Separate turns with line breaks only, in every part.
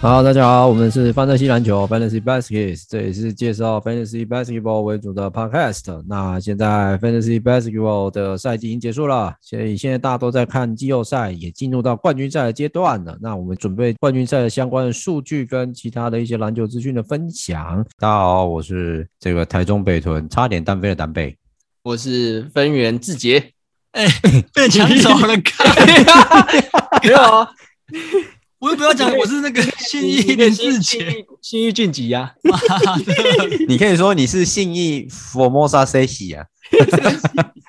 好，大家好，我们是 Fantasy 篮球 Fantasy Baskets，这也是介绍 Fantasy Basketball 为主的 Podcast。那现在 Fantasy Basketball 的赛季已经结束了，所以现在大家都在看季后赛，也进入到冠军赛的阶段了。那我们准备冠军赛的相关的数据跟其他的一些篮球资讯的分享。大家好，我是这个台中北屯差点单飞的单贝。
我是分园志杰，
哎、被抢走了， 看。
没有啊，
我又不要讲，我是那个信义林志杰，啊
新一俊吉呀，
妈的，
你可以说你是信义 Formosa C 喜啊，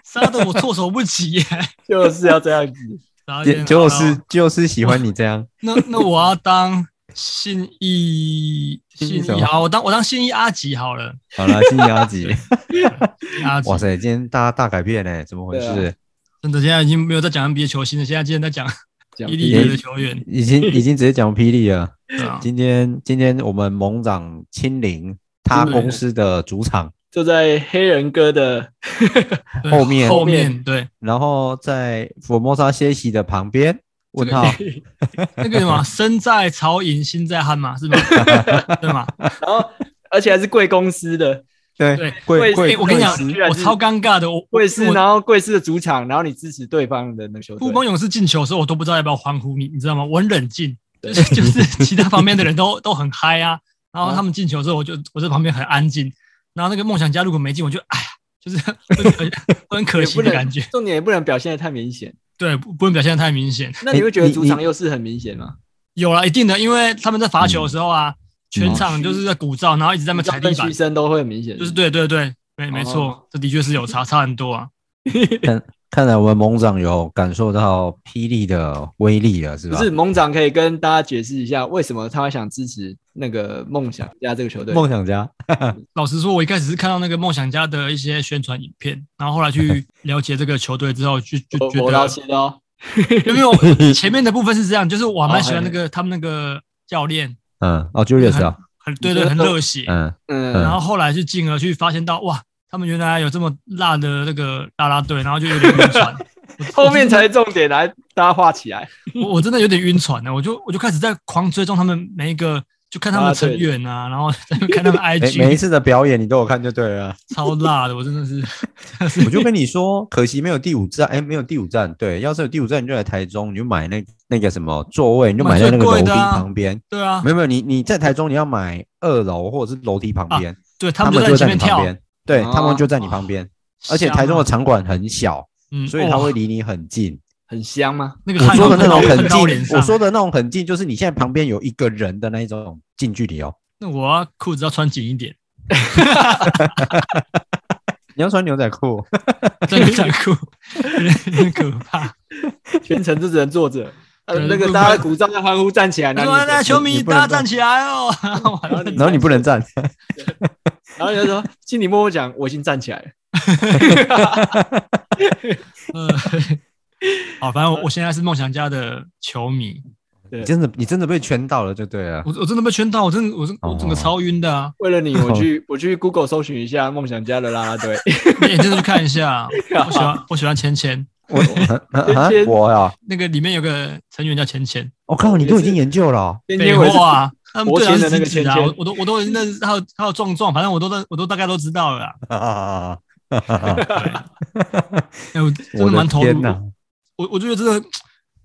杀得我措手不及耶！
就是要这样子。
然后
就就是就是喜欢你这样。
那那我要当信义
信义
信
什
义
么
好，我当我当信义阿吉好了，
好了，信义阿吉。
信义阿 吉
哇塞，今天大家大改变呢，怎么回
对
啊
事？
真的现在已经没有在讲 NBA 球星了，现在今天在讲
讲
伊利
别
德
的
的球员，
已经已经直接讲霹雳了。
对啊
今天今天我们盟长亲临他公司的主场，
就在黑人哥的，
对
后面
后面对
然后在佛摩沙歇息的旁边。问 号，
那个什 么，身在曹营心在汉嘛，是吗？对 吗？
然后而且还是贵公司的
对
对，哎
贵
贵
贵，
我跟你讲
贵司居，然
我
是
超尴尬的，我
贵司，
我
然后贵司的主场，然后你支持对方的那个球队
富，邦勇士进球的时候，我都不知道要不要欢呼你，你知道吗？我很冷静，就是就是 其他旁边的人 都都很嗨啊，然后他们进球的时候，我就我在旁边很安静，然后那个梦想家如果没进，我就哎呀，就是 很可很可
也
惜
不
的
能
感觉，
重点也不能表现的太明显。
对，不不能表现的太明显。
那你会觉
你
得
你
主场优势很明显吗？
有了一定的，因为他们在罚球的时候
嗯
啊，全
嗯
场就是在鼓噪，然后一直在那边踩地
跟
板
嘘，声都会很明显，
就是对对对，没没
哦
错，这的确是有差差很多啊。
看来我们盟长有感受到霹雳的威力了，是
不
吧？
是盟长可以跟大家解释一下为什么他会想支持那个梦想家这个球队？
梦想家，
老实说，我一开始是看到那个梦想家的一些宣传影片，然后后来 去了解这个球队之后，就就
我
觉
我捞
得
切的哦，
有没有前面的部分是这样，就是我还蛮喜欢
哦
那个他们那个教练，
嗯，哦，Julius 啊，
很对对，
你觉得
很热血。
嗯，
嗯，
然后后来就进而去发现到，哇，他们原来有这么辣的那个啦啦队，然后就有点晕船。
后面才是重点，来大家画起来。
我我真的有点晕船了，我就我就开始在狂追踪他们每一个，就看他们的
啊对
成员啊，然后在那边看他们
每每一
IG，
次的表演你都有看就对了。
超辣的，我真的是。
我就跟你说，可惜没有第五站，哎，没有第五站，对，要是有第五站，你就来台中，你就买那那个什么座位，你就买在那
买
个楼
最
梯
贵的啊
旁边，
对啊
没，有没有，你你在台中你要买二楼或者是楼梯旁边，
对啊他
他
们就
们
在
就
你前面
在你旁
跳，
边，对、
哦
他们就在你旁边，而且台中的
香
场馆很小，
啊嗯，
所以他
哇
会离你 很近。
很香吗？
那个
我
汗
说的
都
那种
喷
很
到脸
近，
上
我说的那种很近，就是你现在旁边有一个人的那一种近距离哦。
那我要裤子要穿紧一点，
你要穿牛 仔裤，
穿牛仔裤有点可怕。
全程就只能坐着。呃，
对
那
不
个
能
大家鼓噪要欢呼站起来，然后
来
你
来，
就
球
你
迷
不能
大家
站
站起来哦！
然后你
然后你不能站，
然后你就说，心里默默讲，我已经站起来了。
呃 好，反正我我现在是梦想家的球迷，
你真的你真的被圈到了就对 了。
我我真的被圈到，我真的我真我整个超晕的啊！
为了你，我
哦
去我去 Google 搜寻一下梦想家的啦 啦队，
你也真的去看一 下，啊我喜欢我喜欢芊芊，
我我啊
先
我呀，
那个里面有个成员叫芊芊，
我靠，你都已经研究了哦，
天
废
天我是
话啊，他们
国
队长
前
是
的那
直
个
指啊，
芊芊
我我都我都认识，还有还有壮壮，反正我都认我都大概都知道了啊。 哎，我真
我
的
的
蛮投入
天哪！
我我觉得真的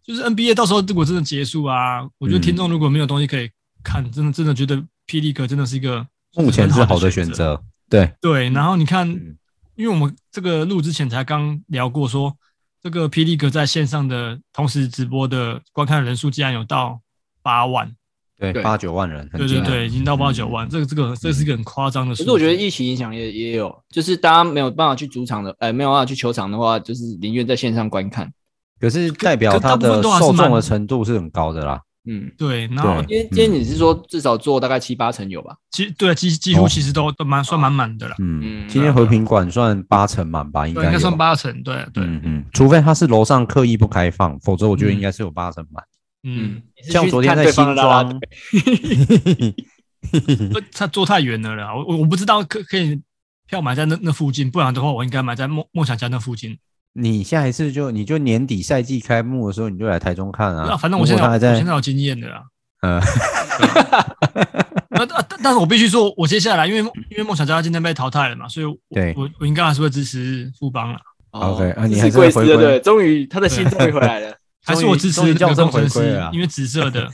就是 NBA 到时候如果真的结束啊，我
嗯
觉得听众如果没有东西可以看，真的真的觉得霹雳哥真的是一个
目前是
很
好的选。择，对，
对，然后你看
嗯，
因为我们这个录之前才刚聊过说，这个霹雳哥在线上的同时直播的观看人数竟然有到八万，
对
对
八九万人，很
对对
惊人嗯
对，已经到八九万，这个这个这是一个很夸张的数字。
可是我觉得疫情影响也也有，就是大家没有办法去主场的，呃，没有办法去球场的话，就是宁愿在线上观看。
可是代表
可
他
大部分
的
都还是
受众
蛮
的程度是很高的啦。
嗯，
对，然后
对
因为今天你是
嗯
说至少做大概七八成有吧？
其对几几乎
哦
其实都都蛮算满满的了，
嗯，
嗯
今天和平馆算八成满吧，应
对，
该
应该
有
算。八成，对对，
嗯嗯，除非他是楼上刻意不开放，否则我觉得应该是有八成满。
嗯，，
像昨天在
你是去看
新
对方的啦啦
庄
队，
不他坐太远了啦，我我我不知道可可以票买在那那附近，不然的话我应该买在梦梦想家那附近。
你下一次就你就年底赛季开幕的时候你就来台中看
那、
啊。
反正我现
如
在
果他
有
还
我现在
在，
有经验的啦。
呃，
那但但但是我必须说，我接下来因为因为梦想家今天被淘汰了嘛，所以我
对
我我应该还是会支持富邦啦，
哦
OK，啊你
这
还
是
是
贵司
回
的
归
对，终于他的心终于回来了。
还是我支持
终于
那
校
个
正
工
回
程
归
师
了啊，
因为紫色的，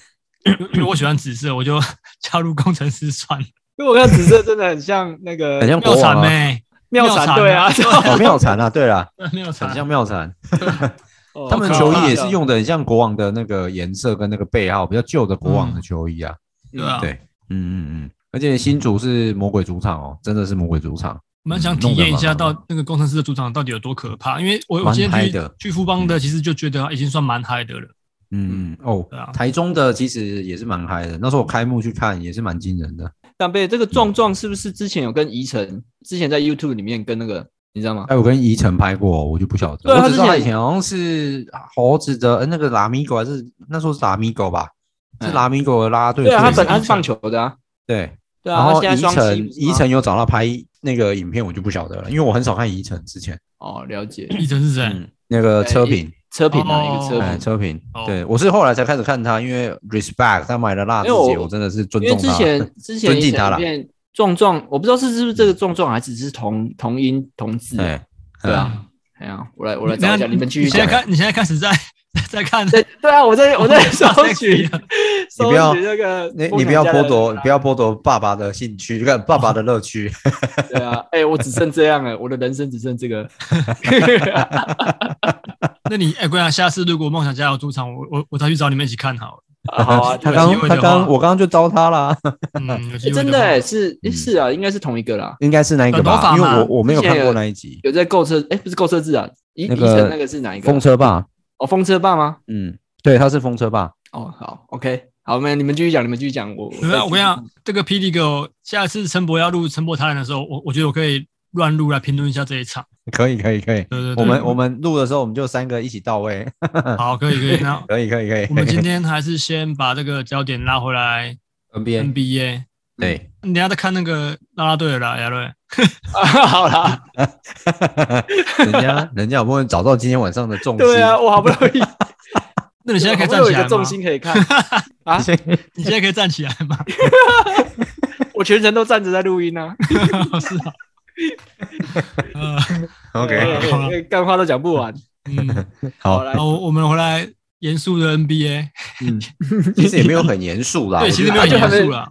因为因为我喜欢紫色，我就 加入工程师算了。
因为我看紫色真的很像那个
很像
妙
国王
产
啊，
妹，
妙产队啊，
哦妙产啊，对啦，
妙
很
产，
像妙产。
哦
他们
好
球
可怕
衣也是用的很像国王的那个颜色跟那个背号，比较旧的国王
嗯
的球衣啊。
对啊，
对，嗯嗯嗯。而且新竹是魔鬼主场哦，真的是魔鬼主场。
蛮想体验一下到那个工程师的主场到底有多可怕，因为我我
蛮
今
嗨
天去
的
去富邦
嗯
的，其实就觉得已经算蛮嗨的了。
嗯嗯哦
对啊，
台中的其实也是蛮嗨的，那时候我开幕去看也是蛮惊人的。
但被这个壮壮是不是之前有跟宜城，之前在 YouTube 里面跟那个你知道吗？
哎，我跟宜城拍过哦，我就不晓
对
得，
啊
我只知道
他
他
之前
以前好像是猴子的呃那个拉米狗还是那时候是拉米狗吧，是
嗯
拉米狗的啦啦队。
对啊，他
所以
本来是棒球的啊，
对，
对
然
啊，他
后
现在
宜
双
城
七
宜城有找他拍那个影片，我就不晓得了，因为我很少看宜城之前。
哦，了解
一真是谁？
嗯，那个
对
车评，
车评啊，
哦
一个车
哎，
评，
车评
哦，
对我是后来才开始看他，因为 respect 他买了辣子
因
姐，
为我
我真的是尊
因为
重
之
他。
前之前
尊敬
宜
他
城
啦
里面壮壮，我不知道是是不是这个壮壮还只是同同音同字，
哎，
对啊，哎呀，我来我来找一下，
等
你们继续
你现在
讲。
看，你现在开始在在看，
对对啊，我在我在搜
你
取搜
不要
取那个
你
梦
嗯你
想
不要
家的啊
剥夺，你不要剥夺爸爸的兴趣，看爸爸的乐趣。
对啊，哎，我只剩这样了，我的人生只剩 这个。
那你哎，姑娘，下次如果梦想家有主场，我我我再去找你们一起看好了。
啊 好 啊，
他
有
刚
机会
他
的
刚
话
我刚刚就招他啦，
嗯，有机会
欸真
的
的
话
欸是
嗯
是啊，应该是同一个啦。
应该是那一个
短头
吧，
发
因为
嘛
我我没有
之前
看过
有
那一集
有在购车，哎、不是购车制啊，宜宜
那
城
个
那个是哪一个啊？
风车霸，
哦，风车霸吗？
嗯，对，他是风车霸，
哦，好，OK，好，没有你们继续讲，你们继续讲，我我
没
再
啊有，我跟
继续
你讲，这个霹雳哥，下次陈博要录陈博台人的时候，我我觉得我可以乱录来评论一下这一场。
可以可以可以。
对对对，
我们我们录的时候，我们就三个一起到位，
好，可以可以。那
可以可以可以。
我 们今天还是先把这个焦点拉回 来
NBA
NBA。
对，
你等一下再看那个啦啦队了啦，亚瑞。
啊， 好啦，
人家人家有没有找到今天晚上的重心？
对啊，我好不容易，
那 你现在可以
啊
站
我有
起
一个
来吗
重？心可以看，啊
先
你现在可以站起来吗？
我全程都站着在录音啊
是啊。呃，
OK，
哎哎哎干话都讲不完。
嗯，
好
好，来
好，我们回来严肃的 NBA。
嗯， 其实也没有很严肃啦，
对，
我
其实
觉得
没有很
就还
严
没
肃啦。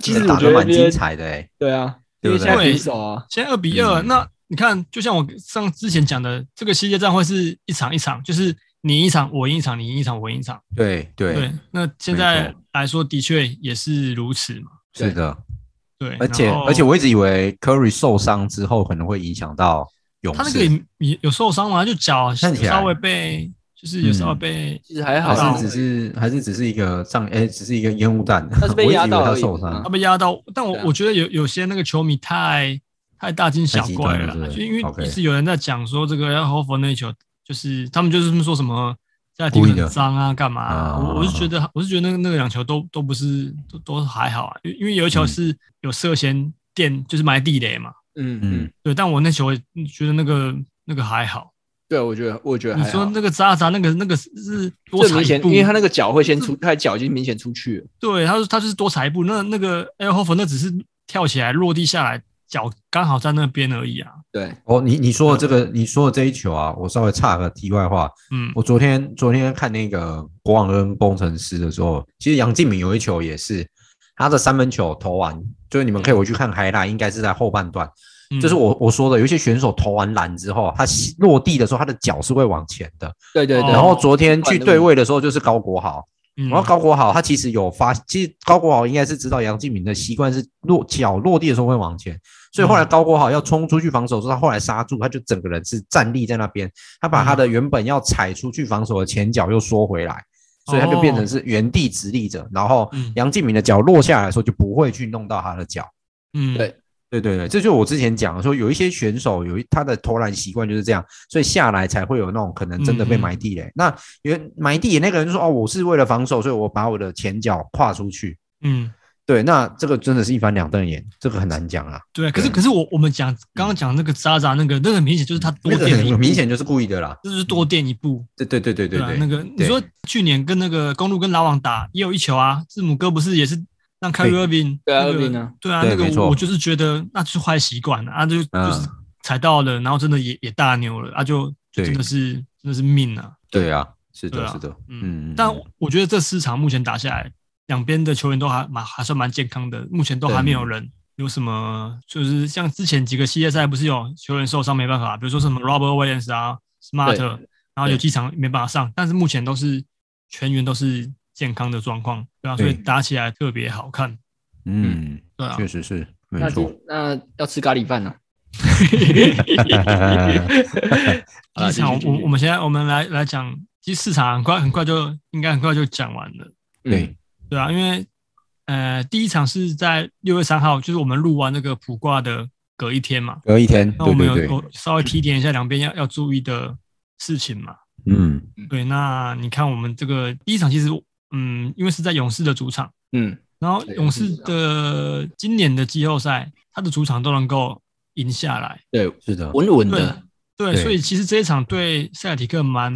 其实我
打
觉
得
得
蛮精
NBA
彩的哎，
对啊，
对
因
不
为现在
对？
比手啊，
现在二比二、
嗯
那你看，就像我上之前讲的，这个系列战会是一场一场，就是你一场我赢一场，你赢一场我赢一场。
对对
对，，那现在来说的确也是如此嘛。
是的，
对，
而且
然后
而且我一直以为 Curry 受伤之后可能会影响到勇
他那个
士，
也也有受伤嘛，就脚
看起来
稍微被就是有稍微被、
其实还
还
好啦
是，只是还是只是一个上哎，只是一个烟雾弹，
他是被
我一直
压
以为
到
他
而已
受
他
伤，
被压到，但我、
对啊
我觉得有有些那个球迷太太大惊小怪了
太极端
啦，
了是不
就是因为
OK
一直有人在讲说这个 h o f o r 那球，就是他们就是这么说什么在地
故意的
很脏啊，干嘛、
啊
我我是觉得我是觉得那个那个两球都都不是都都还好啊，因为因为有一球
嗯
是有涉嫌电，就是埋地雷嘛，
嗯嗯
嗯，，
对，但我那球觉得那个那个还好。
对，我觉得我觉得
你
还
说
好。
那个渣渣，那个那个是是多
最
踩
明
一
显，
步，
因为他那个脚会先出，他的脚已经明显出去了。
对，他说他就是多踩一步，那那个 a i r h o f 那只是跳起来落地下来，脚刚好在那边而已啊。
对，
哦，你你说的这个，你说的这一球啊，我稍微岔个题外话。
嗯，
我昨天昨天看那个国王跟工程师的时候，其实杨敬敏有一球也是他的三分球投完，就是你们可以回去看 highlight，应该是在后半段，
嗯
就是我我说的，有一些选手投完篮之后，他落地的时候，他的脚是会往前的。
对对对，
哦
然后昨天去对位的时候，就是高国豪，
嗯
然后高国豪他其实有发，其实高国豪应该是知道杨敬敏的习惯是落脚落地的时候会往前，所以
嗯
后来高国豪要冲出去防守的时候，他后来刹住，他就整个人是站立在那边，他把
嗯
他的原本要踩出去防守的前脚又缩回来，所以他就变成是原地直立着，然后
哦嗯
杨敬敏的脚落下来的时候就不会去弄到他的脚。
嗯
对
对对对，这就是我之前讲的说，有一些选手有一他的投篮习惯就是这样，所以下来才会有那种可能
嗯
真的被埋地雷。那原埋地雷那个人就说哦，我是为了防守，所以我把我的前脚跨出去。
嗯
对，那这个真的是一翻两瞪眼，这个很难讲啊。
对，可是可是我我们讲刚刚讲那个渣渣那个那个很明显就是他多
那个
垫了一
很
步，
明显就是故意的啦。
就是多垫一步，
对对对对对
对啊，那个你说去年跟那个公路跟老网打也有一球啊，字母哥不是也是让 Kyrie Irving
对啊
那个
Irving 啊
对啊，
对
那个
没错
我就是觉得那就是坏习惯了啊，就就是
嗯
踩到了，然后真的也也大牛了啊，就就
对
真的是真的是命啊，
对啊，是
对
的，
啊
是的，
嗯
嗯，，
但我觉得这四场目前打下来，两边的球员都还蛮还算蛮健康的，目前都还没有人有什么，就是像之前几个系列赛不是有球员受伤没办法，比如说什么
嗯
Robert Williams 啊，Smart，
对
然后有几场没办法上，但是目前都是全员都是健康的状况，对啊，所
对
以打起来特别好看，
嗯，
对啊，
确实是没
那
错。
今那要吃咖喱饭呢？
第一场我
啊
嗯继续继续
我们现在我们来来讲，其实四场很快很快就应该很快就讲完了。
对，
对啊，因为呃，第一场是在六月三号，就是我们录完那个卜卦的隔一天嘛。
隔一天，
那我
对
们有
对对，
有稍微提点一下两边要要注意的事情嘛。
嗯，
对，那你看我们这个第一场其实，嗯，因为是在勇士的主场，
嗯，
然后
对
勇士的今年的季后赛，他的主场都能够赢下来。
对，
是的，
稳稳
对
的。
对，
对
所以其实这一场对塞尔提克蛮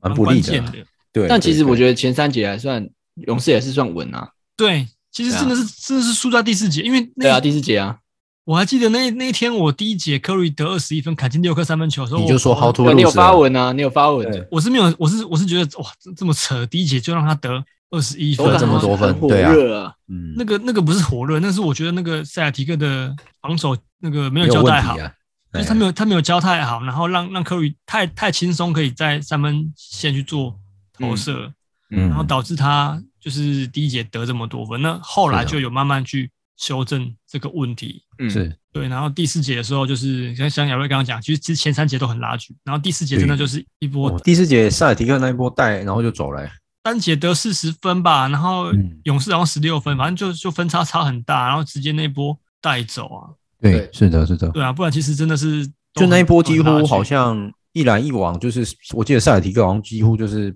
蛮不
关
利
键
的。
的。
对，
但其实我
得
觉得前三节还算勇士也是算稳啊，
对，其实
对啊
真的是、真的是输在第四节，因为那
对啊，第四节啊，
我还记得那那一天，我第一节科瑞得二十一分，砍进六颗三分球的时候，
你就说 how to
对你有
lose
发
了
文啊，你有发文，
对
我是没有，我是我是觉得哇，这这么扯，第一节就让他得二十一分
得，这么多分
很火
对啊
热啊，
嗯
那个那个不是火热，那是我觉得那个塞尔提克的防守那个没有
没
交
问
代
题
好，
啊，
就
哎
是他没有他没有交代好，然后让让科瑞太太轻松可以在三分线去做投射，
嗯
然后导致他就是第一节得这么多分，那后来
是的啊
就有慢慢去修正这个问题。
嗯，
是
对，然后第四节的时候，就是像像亚瑞刚刚讲，其实其实前三节都很拉锯，然后第四节真的就是一波
哦第四节塞尔提克那一波带，然后就走了欸。
单节得四十分吧，然后
嗯
勇士好像十六分，反正就就分差差很大，然后直接那一波带走啊，
对
对，
是的，是的，
对啊，不然其实真的是都
就那一波几
很拉锯
乎好像一来一往，就是我记得塞尔提克好像几乎就是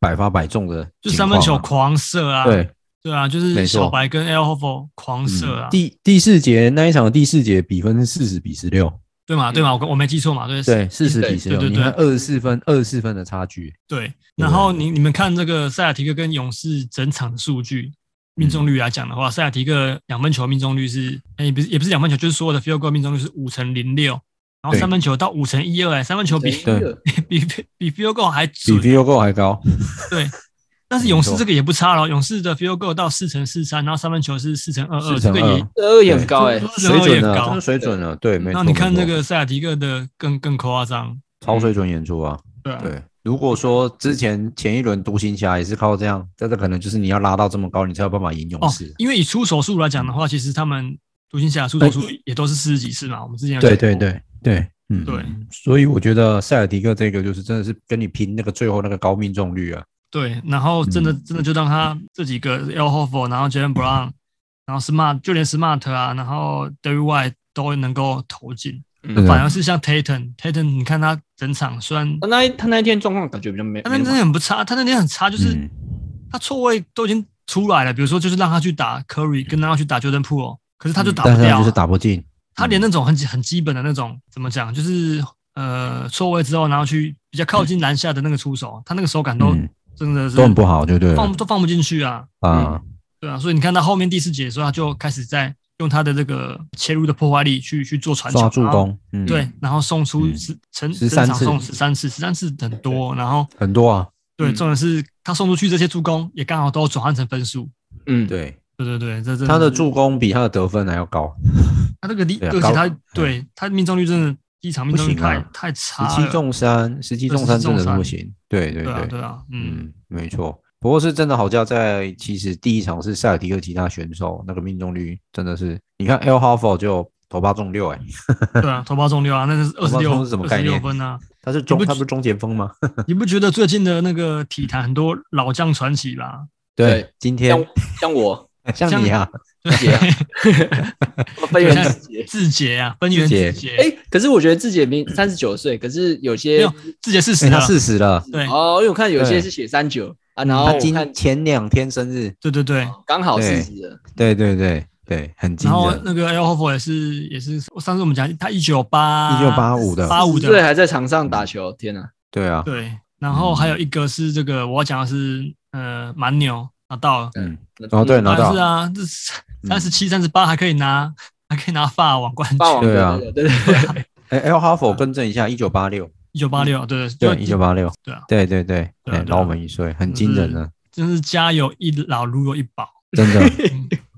百发百中的
就
情
三
况啊，
分球狂射啊，
对，
对啊，就
没
是
错嗯
小白跟 L Hofo 狂射啊，
第第四节那一场的第四节比分是四十比十六，
对嘛对嘛，我我没记错嘛，对
嗯对，四十比十
对
六，
对
你看
对
二十四分，二十四分的差距，
对，然后你你们看这个塞尔提克跟勇士整场的数
嗯
据命中率来讲的话，塞尔提克两分球命中率是，哎、也不是也不是两分球，就是所有的 field goal 命中率是五乘零六，然后
对
三分球到五乘一二，哎，三分球比
对
对，
比比 field goal 还
比
准，
field goal 还高。
对。但是勇士
没错
这个也不差了，勇士的 field goal 到四乘四三，然后三分球是四乘二二，这
4乘
个
22
也
二也很高哎，
这
水
个也
准了，
高
真的。水准了，对，没错。
那你看
没
那
错
个塞尔提克的更更夸张，
超水准演出啊，
对啊，
对，如果说之前前一轮独行侠也是靠这样，但是可能就是你要拉到这么高，你才有办法赢勇
哦
士。，
因为以出手数来讲的话，其实他们独行侠出手数也都是四十几次嘛，我们之前有讲过
对对，嗯
对。
所以我觉得塞尔迪克这个就是真的是跟你拼那个最后那个高命中率啊，
对，然后真
嗯
的、真的就让他这几个 L Hofo，然后 Jalen Brown，然后 Smart，就连 Smart 啊，然后 d e r r y White 都能够投进，
嗯
真
反
的
而是像 Tatum，Tatum 你看他整场虽然
呃
他那一他那一天状况感觉比较没，
他那
没
天
么
很不差，他那天很差，就是、
嗯
他错位都已经出来了，比如说就是让他去打 Curry，跟让他去打 Jordan Poole，可是哦他就
嗯
打
但
不
是
掉
他
啊、
就是打嗯不进。
他连那种很基很基本的那种怎么讲，就是呃错位之后，然后去比较靠近篮下的那个出手，他那个手感都
嗯
真的是
都很不好，对不对了
放都放不进去啊。
啊，
对啊，所以你看到后面第四节的时候，他就开始在用他的这个切入的破坏力去去做传球，
抓助
然后
攻，嗯，
啊对，，然后送出
嗯
十成
13
整场
次
送十三次，十三次很多。然后
很多啊，
对，
嗯
重点是他送出去这些助攻也刚好都转换成分数。
嗯，
对，
对对对，这这
他的助攻比他的得分还要高，
他这个离，
对啊
而且他
高
对他命中率真的第一场命中率
不行
太
啊
太
十
差
七
了，
中三，十七中三真的是不行。对对
对啊
对
对啊，嗯，
嗯，没错。不过是真的好教在，其实第一场是塞尔提克其他选手那个命中率真的是，你看 L h a f o 就投八中六，哎，
对啊，头八中六啊，那是二十
投八
六
中是什么概
二十六
念
分啊，
他是中
你不
他不是中前锋吗？
你不觉得最近的那个体坛很多老将传奇吧？
对，
今
像
天
像我
像
像
你啊，
姐啊，我 分
对啊
园自己。
志杰啊，分园
志杰
志杰，
哎，可是我觉得自己也明三十九岁，可是有
嗯没
些
有志杰四十
哎他
了，
四十了，
对
哦，因为我看有些
对嗯
是写三九啊，然后
他
我
今
看
前两天生日，
对对对，
哦
刚好
对
四十了，
对对对对，很惊
然后
人，
那个 L h o f 也是也是，上次我们讲他一九八
一九八五的，
八五
对，
的，
还在场上打球，天哪！
对啊，
对，然后还有一个是这个我要讲的是呃蛮牛拿到了，
嗯，哦对拿
但
到嗯
是啊，这三十七、三十八还可以拿，还可以拿法网冠军。
霸王
对啊
对对对，
哎，L h a f o 更正一下，一九八六，
一九八六，对
对，一九，八六，
对啊，
对对对，
对啊
哎
对啊嗯
老我们一岁，很惊人呢，
真是家有一老，如有一宝。
真 的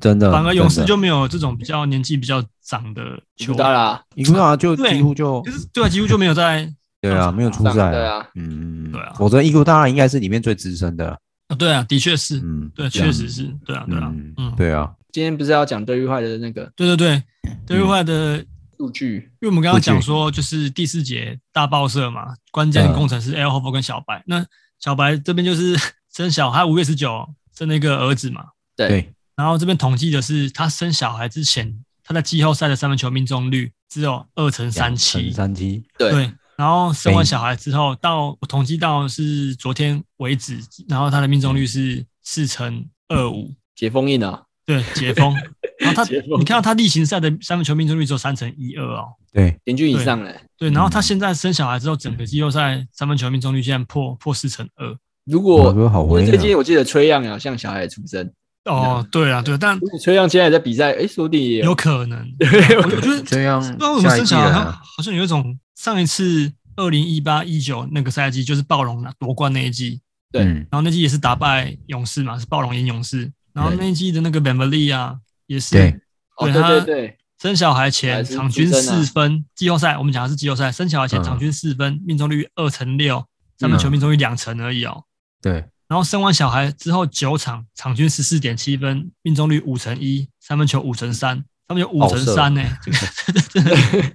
真的，
反而勇士
嗯真的
就没有这种比较年纪比较长的球
求到
员，
啦，
一个啊，就
对
几乎就
就是对啊，几乎就没有在，
对啊，没有出
上
赛
对
啊，
啊，
嗯，
对啊
否则伊古当然应该是里面最资深的了，
呃对啊，的确是，
嗯，
对，
这样
确实是，对啊，对啊，嗯，
对啊，
今天不是要讲对玉坏的那个
对对对，对话的
数据，
因为我们刚
嗯
刚讲说，就是第四节大报社嘛，关
啊
键工程师 L Hoffo 跟小白。那小白这边就是 生小孩，五月十九生了一个儿子嘛。
对，
对，
然后这边统计的是，他生小孩之前，他在季后赛的三分球命中率只有二乘三七。
三七，
对
对，然后生完小孩之后，到我统计到是昨天为止，然后他的命中率是四乘二五。
解封印啊，
对，解封。然后他，
解封
你看到他例行赛的三分球命中率只有三乘一二哦。
对，
平均以上嘞。
对，然后他现在生小孩之后，整个季后赛三分球命中率竟然破破四成二。
如
我
果
哥好
因为
威
最近
啊，
我记得崔样好像小孩也出生，
哦，对啊，对，但
如果崔样现在也在比赛，哎，说不定也
有
有
可能，啊
有
我觉得
这样
不知道为什么
下一
生
季
小孩好像
啊，
好像有一种上一次二零一八一九那个赛季就是暴龙拿夺冠那一季，
对
嗯
然后那季也是打败勇士嘛，是暴龙赢勇士，然后那一季的那个 b e m b e l y 啊也
对
是。
哦，
对
对
他
对对，
生小孩
还
前
是
场均
出生啊
四分，季后赛我们讲的是季后赛，生小孩前
嗯
场均四分，命中率二乘六，三分球
嗯
命中率两成而已哦。
对，
然后生完小孩之后九场，场均十四点七分，命中率五成一，三分球五成三，三分球五成三呢。这个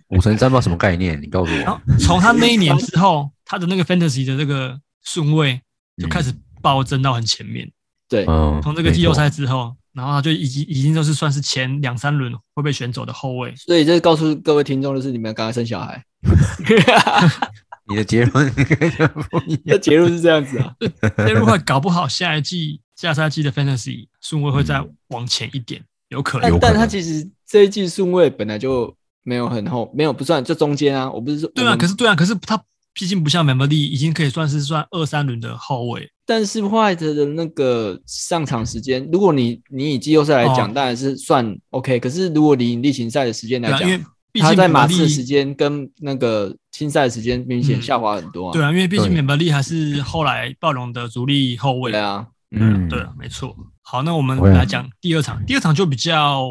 五乘三八什么概念？你告诉
然
我
后，从他那一年之后，他的那个 fantasy 的这个顺位就开始暴增到很前面。
对，
嗯，
从这个季后赛之后，然后他就已经已经就是算是前两三轮会被选走的后卫。
所以这告诉各位听众，就是你们刚刚生小孩，
没错，你的结论 不一
那
样，
结论是这样子 啊，
所以如果搞不好下一季、下赛季的 fantasy 顺位会再
嗯
往前一点，有可能
有
但。
可能
但他其实这一季顺位本来就没有很后，没有不算，就中间啊，我不是说
对
我
啊，
们
可是对啊，可是他毕竟不像 m e m b l y 已经可以算是算二三轮的后卫。
但是 White 的那个上场时间，如果你你以季后赛来讲，
哦
当然是算 OK。可是如果你以例行赛的时间来
对啊，因为
讲，
毕
他
竟
在
本
马
利
刺的时间跟那个青赛的时间明显
嗯
下滑很多啊。
对啊，因为毕竟
对
缅本利还是后来暴龙的主力后卫。
对，啊，
嗯，
对啊，没错。好，那我们
对啊
来讲第二场，第二场就比较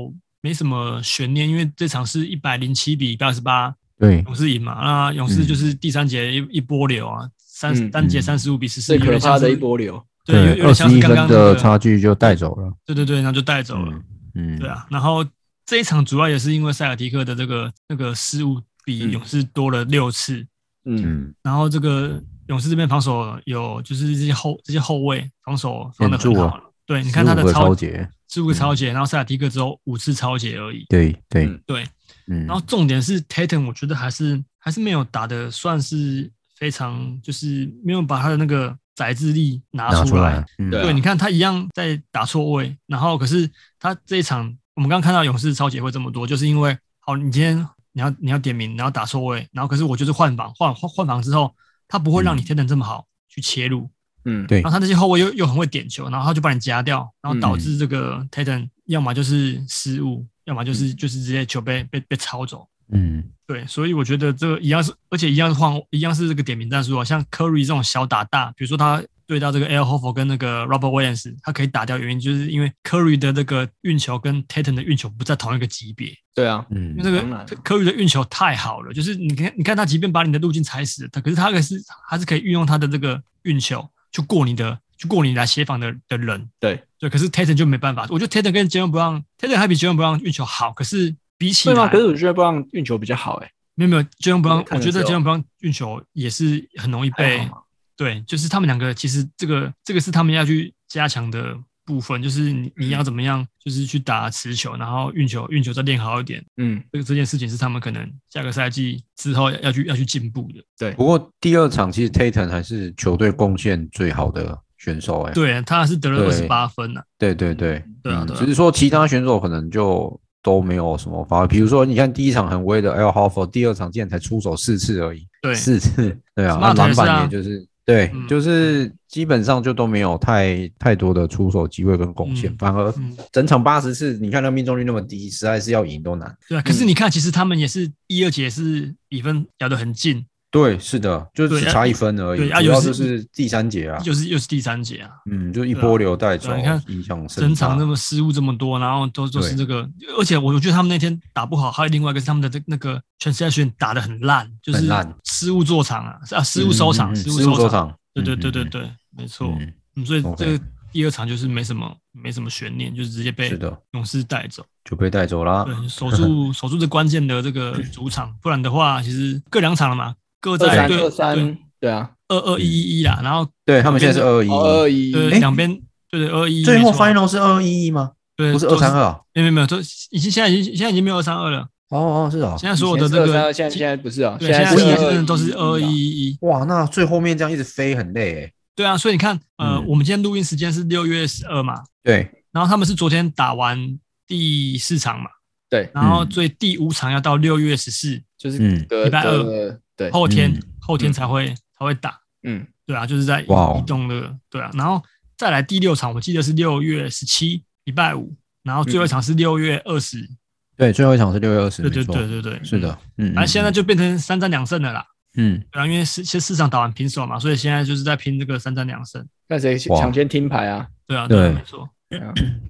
没什么悬念，因为这场是一百零七比一百二十八，
对，
勇士赢嘛。那勇士就是第三节一一波流啊，三
嗯
单节三十五比十四，
最
有
可
点
怕
像
的一
是
波流。
对，有有
二
点
十
像是
一
刚
分
刚那
的
个
差距就带走了，
对对对，然后就带走了。
嗯嗯，
对啊，然后这一场主要也是因为塞尔提克的这个那个失误比
嗯
勇士多了六次，
嗯，
嗯，
然后这个勇士这边防守有就是这些后这些后卫防守防的很
很住啊
好了，哎对，你看他的
15个
超
超嗯节，
十五个超节，然后塞尔提克只有五次超节而已。
对对
嗯
对，
嗯，
然后重点是 Tatum，我觉得还是还是没有打的算是非常就是没有把他的那个宰制力拿
拿
出
出
来
来。，嗯
对啊
对，你看他一样在打错位，然后可是他这一场，我们刚刚看到勇士超级会这么多，就是因为好，你今天你要你要点名，然后打错位，然后可是我就是换防，换换换防之后，他不会让你
嗯
天能这么好去切入，
嗯，
对
然后他那些后卫又又很会点球，然后他就把你夹掉，然后导
嗯
致这个 t a t o n 要么就是失误，要么就是就是直接球被被被抄走。
嗯，
对，所以我觉得这个一样是，而且一样是换，一样是这个点名战术啊。像 Curry 这种小打大，比如说他对到这个 Al h o f o 跟那个 Robert Williams，他可以打掉，原因就是因为 Curry 的这个运球跟 Tatum 的运球不在同一个级别，
对啊，
嗯
因为这个
当然
Curry 的运球太好了，就是你看，你看他即便把你的路径踩死，他可是他还是还是可以运用他的这个运球去过你的，去过你来协防的的人。
对
对，可是 Tatum 就没办法，我觉得 Tatum 跟 j a m e Brown，Tatum 还比 j a m e Brown 运球好，可是比起
对吗？
来
可是我觉得 Brown 运球比较好哎、
没有没有 j a m e
我
Brown，
看
我
的
觉得
时
j a
候
m e Brown 运球也是很容易
还
被
好嘛
对，就是他们两个其实这个这个是他们要去加强的部分，就是你你要怎么样，就是去打持球，然后运球运球再练好一点，
嗯，
这个这件事情是他们可能下个赛季之后要去要去进步的。
不过第二场其实 Tatum 还是球队贡献最好的选手、哎，
对，他是得了二十
对
八分啊呢、
对对对，
对啊
嗯
对啊
只是说其他选手可能就都没有什么发挥，比如说你看第一场很威的 L Hofer，第二场竟然才出手四次而已，
对
四次，对啊，
Smart
那篮
也是啊
板也就是。对，
嗯
就是基本上就都没有太太多的出手机会跟贡献，
嗯
反而
嗯，
整场八十次，你看那命中率那么低，实在是要赢都难。
对啊。可是你看，其实他们也是一、二节是比分咬得很近，
对，是的，就
对
是只
啊
差一分而已，
对啊
嗯主要
有时
就是第三节啊，
就是又是第三节啊，
嗯，就一波流带走
对啊你看，
影响
整场那
大
么失误这么多，然后都都是这个，而且我觉得他们那天打不好，还有另外一个是他们的这那个 transaction 打得很烂，就是
很烂
失误做场啊，啊失误收场，
嗯嗯嗯
失
失误收
场，
场，
对对
嗯
对对
嗯
对，没错。
嗯
嗯，所以
OK
这个第二场就是没什么没什么悬念，就是直接被
是的，
勇士带走。
就被带走啦。
对，守 住守住这关键的这个主场，不然的话，其实各两场了嘛，各
二
在
三
对
二
对
三，对啊，哦
二二一一一啦，然后
对他们现在是哦二一，
二一，
呃两边对对二一，
最
没
后
错啊
final 是二一吗？
对
不是二三，
就
二？啊
没有没有没有，就已经现在已经现在已经没有二三二了，
哦哦，是哦。
现在所有的这
二三
个
二，现在现在不是啊，
对现在
是
现在
2-1
真的都是二一啊一，
哇，那最后面这样一直飞很累哎。
对啊，所以你看，呃，
嗯
我们今天录音时间是六月十二嘛，
对，
然后他们是昨天打完第四场嘛，
对，
然后所以第五场要到六月十四
就是
嗯
隔
礼拜二
隔对，
后天
嗯
后天才会才会打，
嗯，
对啊，就是在移
哇哦
移动的，对啊，然后再来第六场，我记得是六月十七，礼拜五，然后最后一场是六月二十，
对，最后一场是六月二十，
对对
没错
对，对对，
是的，嗯。
嗯，反正现在
嗯
就变成三战两胜了啦，
嗯，
对啊，因为四先四场打完平手嘛，所以现在就是在拼这个三战两胜，
那谁
哇
抢先听牌啊？
对啊，对啊，
对
没错，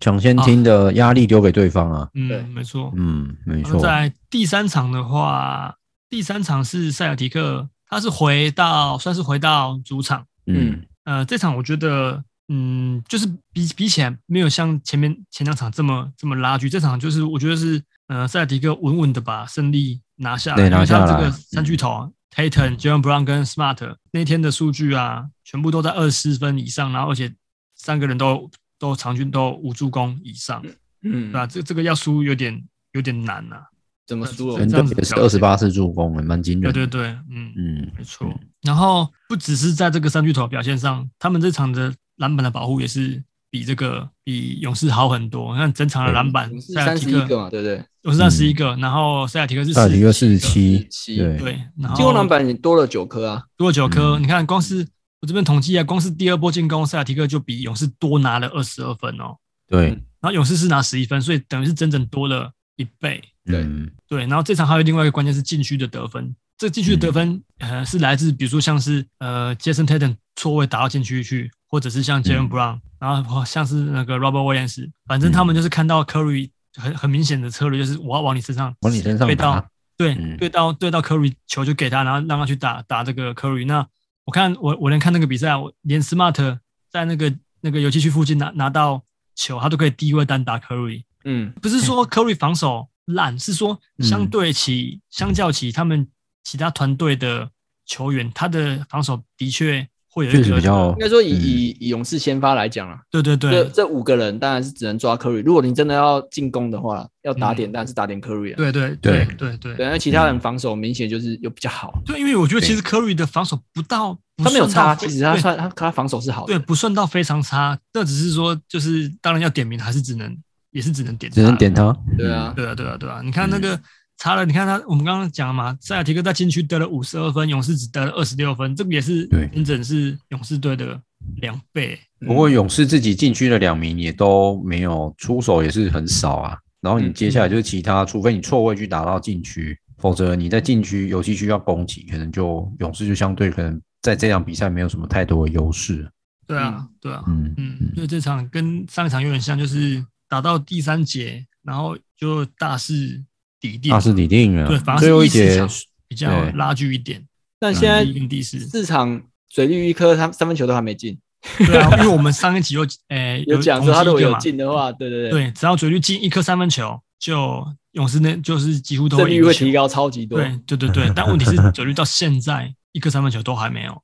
抢先听的压力丢给对方啊。
对
嗯，没错，
嗯，没
然后
错。
在第三场的话，第三场是塞尔提克，他是回到算是回到主场。
嗯，
呃，这场我觉得，嗯，就是比比起来没有像前面前两场这么这么拉锯。这场就是我觉得是，呃，塞尔提克稳稳的把胜利拿下来，
对拿
因为他
下
这个
来嗯
三巨头、啊 Tatum、Jalen Brown 跟 Smart 那天的数据啊，全部都在二十分以上，然后而且三个人都都场均都有五助攻以上，
嗯
对，啊吧、这这个要输有点有点难啊呐、
怎么输
对
全
了？
这样
队
子
也是
了
二
解
十八次助攻，蛮惊
对
人。
对，对，嗯，
嗯，
没错。然后不只是在这个三巨头表现上，他们这场的篮板的保护也是比这个比勇士好很多。看整场的篮板，
是
塞尔
三
提
十
克
一个嗯嘛，对不对？
勇士三十一个，然后塞尔提克是
大
41
体
个
个四十，七，
七
对
对，然后
进攻篮板也多了九颗啊，
多了九颗。
嗯
你看，光是我这边统计啊，光是第二波进攻，塞尔提克就比勇士多拿了二十二分哦。
对，
然后勇士是拿十一分，所以等于是整整多了一倍。
对
嗯，
对，然后这场还有另外一个关键是禁区的得分，这禁区的
嗯
得分、呃是来自比如说像是呃 Jason Tatum 错位打到禁区去，或者是像 Jalen
嗯
Brown，、然后像是那个 Robert Williams，反正他们就是看到 Curry 很很明显的策略就是我要往你身上
往你身上
对到
打，
对、
嗯
对到对到 Curry 球就给他，然后让他去打打这个 Curry。那我看我我连看那个比赛啊，我连 Smart 在那个那个游戏区附近拿拿到球，他都可以低位单打 Curry。
嗯，
不是说 Curry 防守烂，是说
嗯
相对起、相较起他们其他团队的球员，他的防守的确会有一
确实
个
比较
应该说以
嗯
以以勇士先发来讲啦，
对对对
这这五个人当然是只能抓 Curry。如果你真的要进攻的话，要打点当然是打点 Curry
嗯
啊。
对对对对对
对，
对，
那其他人防守明显就是又比较好，
因为我觉得其实 Curry 的防守不到，不
他没有
算到
差，
非
其实他
对
算他他防守是好
对
的。
不算到非常差，那只是说就是当然要点名，还是只能也是只能点，
只能。点他。
对啊，
对啊对啊对啊，你看那个。
嗯
差了，你看他，我们刚刚讲了嘛，塞尔提克在禁区得了五十二分，勇士只得了二十六分，这个也是
对
整整是勇士队的两倍。
嗯不过勇士自己禁区的两名也都没有出手，也是很少啊。然后
嗯
你接下来就是其他，除非你错位去打到禁区，否则你在禁区游戏区要攻击，可能就勇士就相对可能在这场比赛没有什么太多的优势。
对啊，对啊，
嗯，
嗯，所以这场跟上一场有点像，就是打到第三节，然后就大势底定，
那是你定了
对，反而
最后
是
一
第四
节
场比较
对
拉锯一点，
但现在
嗯第一跟第四，
四场水利预科他三分球都还没进，
对啊，因为我们上一集 有诶、
有讲说他如
都
果有进的话，对对，
对，只要嘴绿进一颗三分球，就勇士那就是几乎都
胜
会
率
赢
会
球
提。高超级多。
对对对对，但问题是 嘴绿到现在一颗三分球都还没有。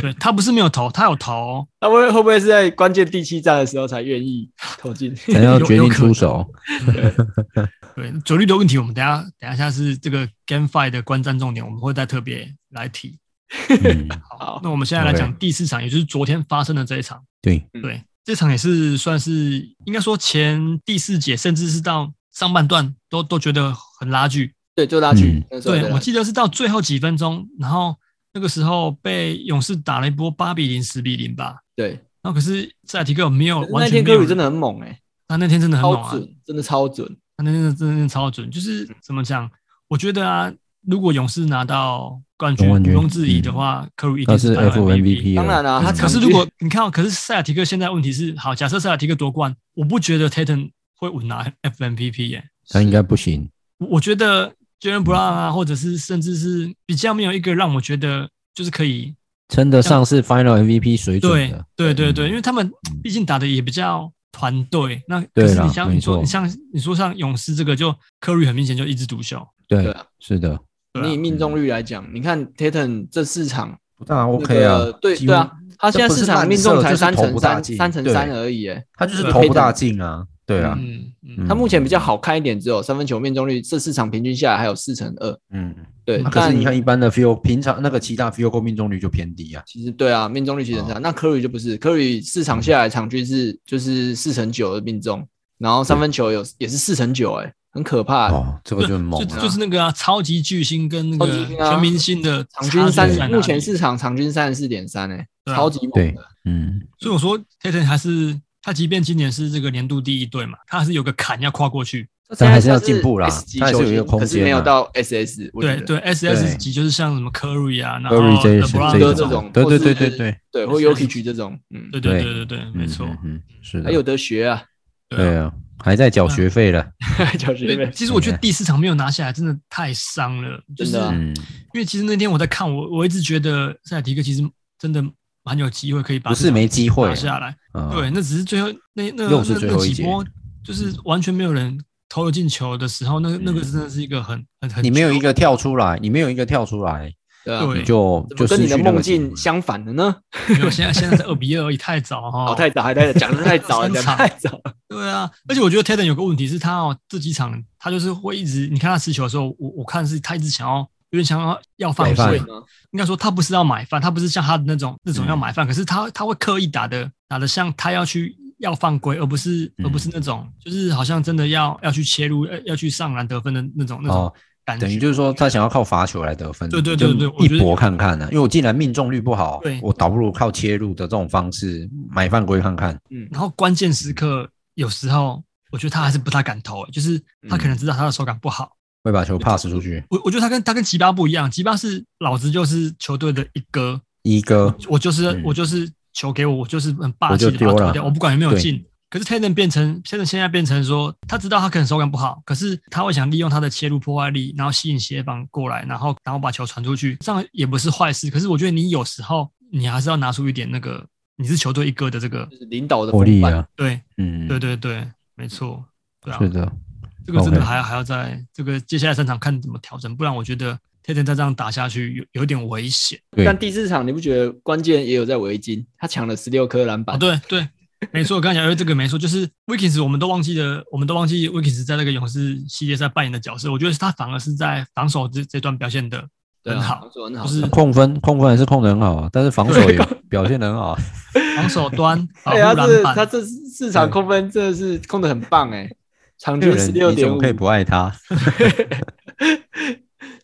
对他不是没有投，他有投哦，
他会会不会是在关键第七战的时候才愿意投进？
才要决
有
定
可能
出手。
对嘴绿的问题，我们等一下等一下是这个 Game Five 的观战重点，我们会再特别来提。
嗯，
好，
那我们现在来讲
OK
第四场，也就是昨天发生的这一场。
对，
嗯
对，这场也是算是应该说前第四节，甚至是到上半段都都觉得很拉锯。
啊对，就拉锯
嗯。
那时候
对，
就
我
拉
记得是到最后几分钟，然后那个时候被勇士打了一波八比零、十比零吧。
对，
然后可是塞尔提克没有
那
完全
天
没
科
有
鲁
人，
真的很猛哎，
他那天真的很猛
超
啊，
准，嗯真的超准。
他那天真的真的超准。就是怎么讲，我觉得啊，如果勇士拿到冠军，
总冠
毋
军
庸置疑的话，科鲁一定
嗯那是
排到
F MVP 了。
当然啊啦，他
可
场
是
均
如果你看哦，可是塞尔提克现在问题是，好，假设塞尔提克夺冠，我不觉得 Tatum 会稳拿 FMVP 耶、
他
啊
应该不行。
我我觉得 Jalen Brown 啊，或者是甚至是比较没有一个让我觉得就是可以
称得上是 Final MVP 水准
对
的。
对对对，
嗯
因为他们毕竟打的也比较团队。那
对
可是
啦
你像
没
你说
错
你像你说像勇士这个，就 Curry 很明显就一枝独秀。
对
对啊，
是的，
对啊
你以命中率来讲，你看 Tatum 这四场
当然
那个对对啊，，他现在四场命中才三
这
成
不是烂
三，
射
三成三
就是投不大进
而已哎。
他就是
对
投不大进啊。对啊，
嗯嗯
嗯
他目前比较好看一点，只有三分球命中率，这四场平均下来还有四成二。
嗯，
对
啊，可是
但
你看一般的 field，平常那个其他 field goal 命中率就偏低啊。
其实对啊，命中率其实
哦
很差。那 Curry 就不是，Curry 四场下来场均是就是四成九的命中，然后三分球有也是四成九，哎，很可怕。
哦，这个就很猛
就
了。
就是那个啊，超级巨星跟那
超
个
级星啊
全明星的
场均
差
三
距在哪，里啊
目前市场场均三十四点三，哎，
对啊
超级猛
对
的。，
嗯，
所以我说 Tatum 还是他，即便今年是这个年度第一队嘛，他还是有个坎要跨过去。
但还是要进步啦
S 级
他还是有一个
球星
空间啊
可是没有到 SS。我觉
对
得
对，SS 级就是像什么 Curry 啊，然后
Curry 这一
LeBron
这
这
一
种，
种
种，对
或
对
是
对对对，
对，或 y o k i 这种，嗯，
对对
对
对对对，没
嗯
错。
嗯，嗯是
还
的
有，得学啊，
对啊，还在缴学费了，
小学妹
啊
对，。其实我觉得第四场没有拿下来，真的太伤了。就是
真的啊
因
嗯，
为其实那天我在看，我我一直觉得塞尔提克其实真的蛮有机会可以把
不是没机会
拿，下来。
嗯
对，，那只是最后那那
又是
那
最
那
后一
几
节
波，就是完全没有人投得进球的时候，那那个真的是一个很很很
嗯你没有一个跳出来，你没有一个跳出来，
对啊，
对
你就
怎
就
么跟
失
你的
去那
梦
个机会
境相反的呢？
没有，现在现在是二比二而已，太早哈、
哦，太早，还 太早，讲的太早了，
三
讲
场
得太早了。
对啊，而且我觉得 Tatum 有个问题是他哦，这几场他就是会一直，你看他持球的时候，我我看是他一直想要有点想要要放
买
水
饭，
啊
应该说他不是要买饭，他不是像他的那种那
嗯
种要买饭，可是他他会刻意打的打的像他要去要犯规，而不是、
嗯
而不是那种就是好像真的要要去切入要要去上篮得分的那种那种
哦
感觉。
等于就是说，他想要靠罚球来得分，
对对对对
就
我觉得
一搏看看呢、啊因为我既然命中率不好
对，
我倒不如靠切入的这种方式买犯规看看。
嗯，
然后关键时刻有时候我觉得他还是不太敢投，欸就是他
嗯
可能知道他的手感不好。
会把球 pass 出去，
我我觉得他跟他跟吉巴不一样，吉巴是老子就是球队的一哥，
一哥
我就是、
嗯
我就是球给我，我就是很霸气
我
的
就
把它
丢
丢
了
掉，我不管有没有
对
进。可是 t a d e n 变成 t a d e n 现在变成说，他知道他可能手感不好，可是他会想利用他的切入破坏力，然后吸引协防过来，然后然后把球传出去，这样也不是坏事。可是我觉得你有时候你还是要拿出一点那个你是球队一哥的这个，
就是领导的
火
风
力
范。
啊，
对
嗯，
对对对，没错，对啊，
是的，
这个真的
OK
还还要在这个接下来三场看怎么调整，不然我觉得 t a d e n 再这样打下去有有点危险。
对
但第四场你不觉得关键也有在围巾？他抢了十六颗篮
哦，
板，
对对，没错，我刚才讲的这个没错，就是 Wiggins，我们都忘记了，我们都忘记 Wiggins 在那个勇士系列赛扮演的角色。我觉得他反而是在防守这这段表现的
对啊
很好，
说得很好，
就是
控分控分还是控得很好啊，但是防守也 表现得很好啊。
防守 端啊保护
哎，他
篮
这他
板。
这四场控分真的是控的很棒哎，场
这
均
个人
十六
你怎
点
么
五
可，以不爱他？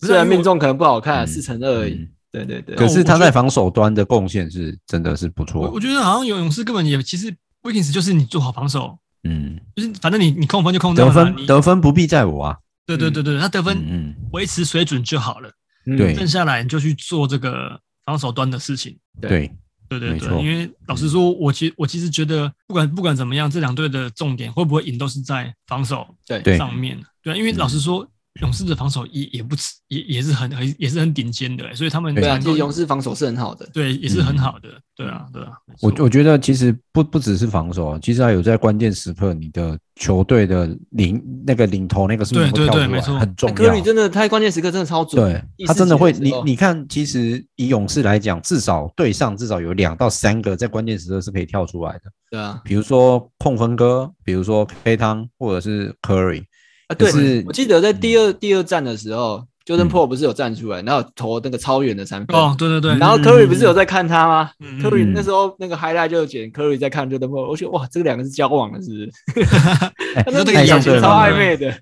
虽然命中可能不好看，啊
嗯
四成二而已
嗯。
对对对，
可是
我
他
觉得
在防守端的贡献是真的是不
我
错
我，觉得好像有勇士根本也其实 Wiggins 就是你做好防守，
嗯，
就是反正你你控分就控到
得
了嘛，
分
你
得分不必在我啊，
对对对对，他得分
嗯
维持水准就好了，
嗯
对
剩下来你就去做这个防守端的事情。
嗯，对，
对对
没
对，
错
因为老实说，我其我其实觉得，不管不管怎么样，这两队的重点会不会赢，都是在防守
对
对
上面。对啊，因为
嗯
老实说，勇士的防守也也不止也也是很很也是很顶尖的，所以他们
对
对啊，
能
其
够
实勇士防守是很好的，
对也是很好的。对啊，对啊，没
嗯我
错
我觉得其实不不只是防守啊，其实还有在关键时刻，你的球队的领那个领头那个是不是能
对
够
对对
跳出来，
没错
很重
欸科里
要。
真的他关键时刻真的超准，
对
第
他
四
真的
节
会，
时
你
候
你看，其实以勇士来讲，至少对上至少有两到三个在关键时刻是可以跳出来的，
对啊，
比如说控分哥，比如说 K 汤，或者是 Curry，
啊
可
对
是，
我记得在第二第二站的时候，Jordan
嗯
p o o 不是有站出来，然后投那个超远的三分，
哦，对对对，
然后
嗯
Curry 不是有在看他吗
嗯
？Curry
嗯
那时候那个 highlight 就有剪 Curry 在看 Jordan p o o 我觉得哇，这个两个是交往了，是不是？
哎
他
这
那个
个
表
眼神
情超暧昧的，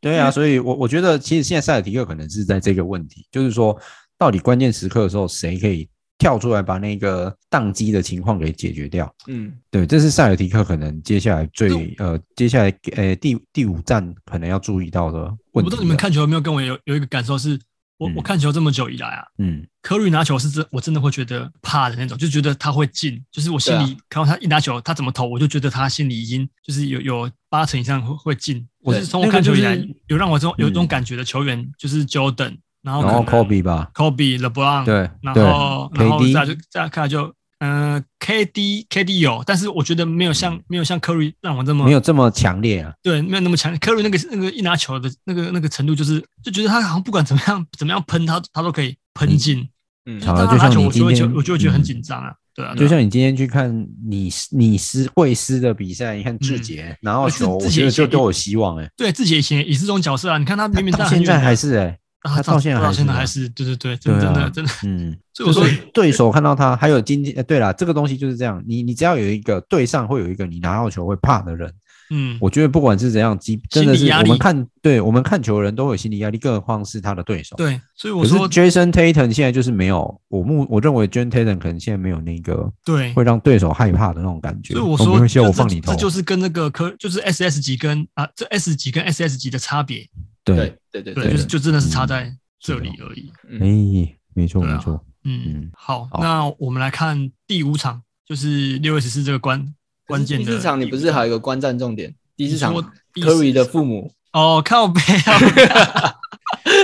对
嗯
啊，所以我我觉得其实现在塞尔提克可能是在这个问题，就是说到底关键时刻的时候，谁可以跳出来把那个宕机的情况给解决掉？
嗯，
对，这是塞尔提克可能接下来最呃接下来呃第第五站可能要注意到的
我
问
不
题。
知道你们，看球有没有跟我有有一个感受是，我
嗯
我看球这么久以来啊，
嗯，
科瑞拿球是真，我真的会觉得怕的那种，就觉得他会进，就是我心
啊
里看到他一拿球，他怎么投，我就觉得他心里已经就是有有八成以上会会进。我是从我
那个
看球以来
就是，
有让我这种有这种
嗯
感觉的球员就是 Jordan，然后
然后
可能
Kobe 吧，
Kobe、LeBron，
对
然
对
后然后再就
，KD，
再看就嗯、呃 KD KD 有，但是我觉得没有像没有像科瑞让我这么
嗯没有这么强烈啊，
对，没有那么强。科瑞那个那个一拿球的那个那个程度，就是就觉得他好像不管怎么样怎么样喷他，他都可以喷进。
嗯
就是当
好
他
就
拿
像
球，
你
我就会
今
觉
天
得我就会觉得很
嗯
紧张啊。对啊，对
就
啊
像你今天去看你你师贵师的比赛，你看志杰拿到
呃志
球，我
志杰
觉得
以前
就
也
都有希望哎，
对自己以前也是这种角色啊。你看他明明
他
站
到
很
现
远
在
的
还是哎。
啊
他
到
到现在
到
还
现在
是
还
啊
是对对对，真
对
真
啊
的真的。
嗯，
所以我
就
说
是对手看到他，还有今天，呃对啦，这个东西就是这样，你你只要有一个对上会有一个你拿到球会怕的人，
嗯，
我觉得不管是怎样，即真的
心理
是
压
我
力
们看，对我们看球人都有心理压力，更何况是他的对手。，
对，所以我
可是
说
Jason Tatum 现在就是没有，我目我认为 Jason Tatum 可能现在没有那个
对，
会让对手害怕的那种感觉。
所以我
哦
说
没关系，
这
我
这
放你头
这。就是跟那个科就是 S S 级跟啊这 S 级跟 S S 级的差别，
对嗯
对，对对
对，就是就真的是差在这
是的
里而已。
嗯
哎，没错
对啊
没错，
嗯。
嗯，
好，
好
那我们来看第五场，就是六月十四这个关关键
第
的
四场你不是还有一个观战重点？第四场
你说第四
科里的父母，
哦靠背啊，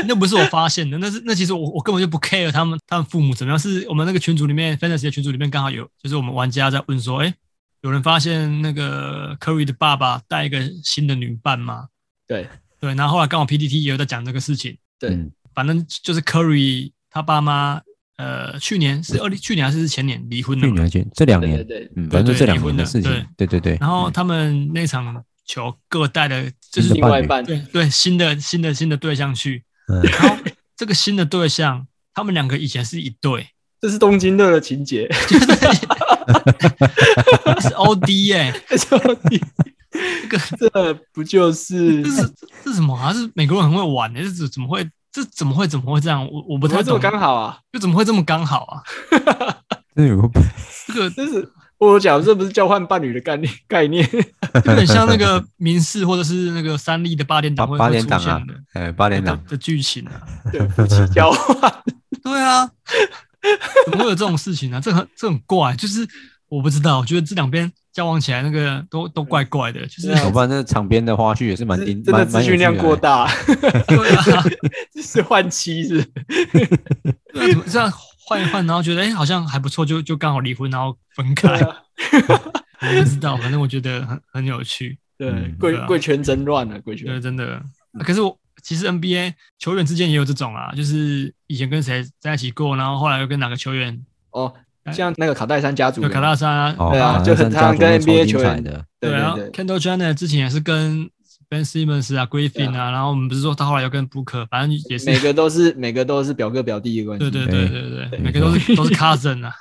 那不是我发现的，那是那其实我我根本就不 care 他们他们父母怎么样，是我们那个群组里面 fantasy 的群组里面刚好有，就是我们玩家在问说，哎、有人发现那个 Curry 的爸爸带一个新的女伴吗？
对
对，然后后来刚好 PDT 也有在讲这个事情，
对
嗯
反正就是 Curry 他爸妈，呃，去年是二零去年还是前年离婚了
去
嘛，
年前这两
对对
年，
对，
嗯，
对
反正
对
这
离
两
婚
年的
了
事情
对，
对对对。
然后他们那场球各带了，就是
新的
另外一半
对对新的新的新的对象去，
嗯
然后这个新的对象，他们两个以前是一对，
这是东京热的情节，
是 O D 耶、
兄弟，
这个
这不就是
这是这是什么啊？是美国人很会玩的、这怎怎么会这怎么会怎么会这样？我我不
怎
太
么这么
懂，
刚好啊？
就怎么会这么刚好啊？
真的有个
这个
这是我讲这不是交换伴侣的概念概念，
有点像那个民事或者是那个三立的八点
八
档会
八
会
点
出
档啊
现的，
哎，八点
的
档，
的剧情啊。
对夫妻交换，
对啊，怎么会有这种事情呢、啊这很这很怪，就是我不知道，我觉得这两边交往起来那个都都怪怪的，就是
对啊
我不然那场边的花絮也是蛮
真
精，
的
蛮
资
蛮有
讯量
趣的欸
过大，
对啊，
这是换妻是不 是？
对啊，怎么这样换一换，然后觉得哎、诶好像还不错，就就刚好离婚，然后分
对
开，
啊
我不知道，反正我觉得很很有趣，
对
嗯，
贵
对啊
贵圈真乱啊，贵
对，
圈。
真的。啊可是我其实 NBA 球员之间也有这种啊，就是以前跟谁在一起过，然后后来又跟哪个球员，
哦，像那个卡戴珊家族
有
有，
卡大山啊，
哦
对啊
反
就
正
很
家
常
族
跟
都超
NBA
精
球
彩
员
的，
对
然后
对对，
Kendall Jenner 之前也是跟 Ben Simmons 啊、Griffin 啊，然后我们不是说他后来又跟 Booker，反正也是，
每个都是每个都是表哥表弟的关
对
系。
对
对
对对对对，每个都是都是 cousin 啊，，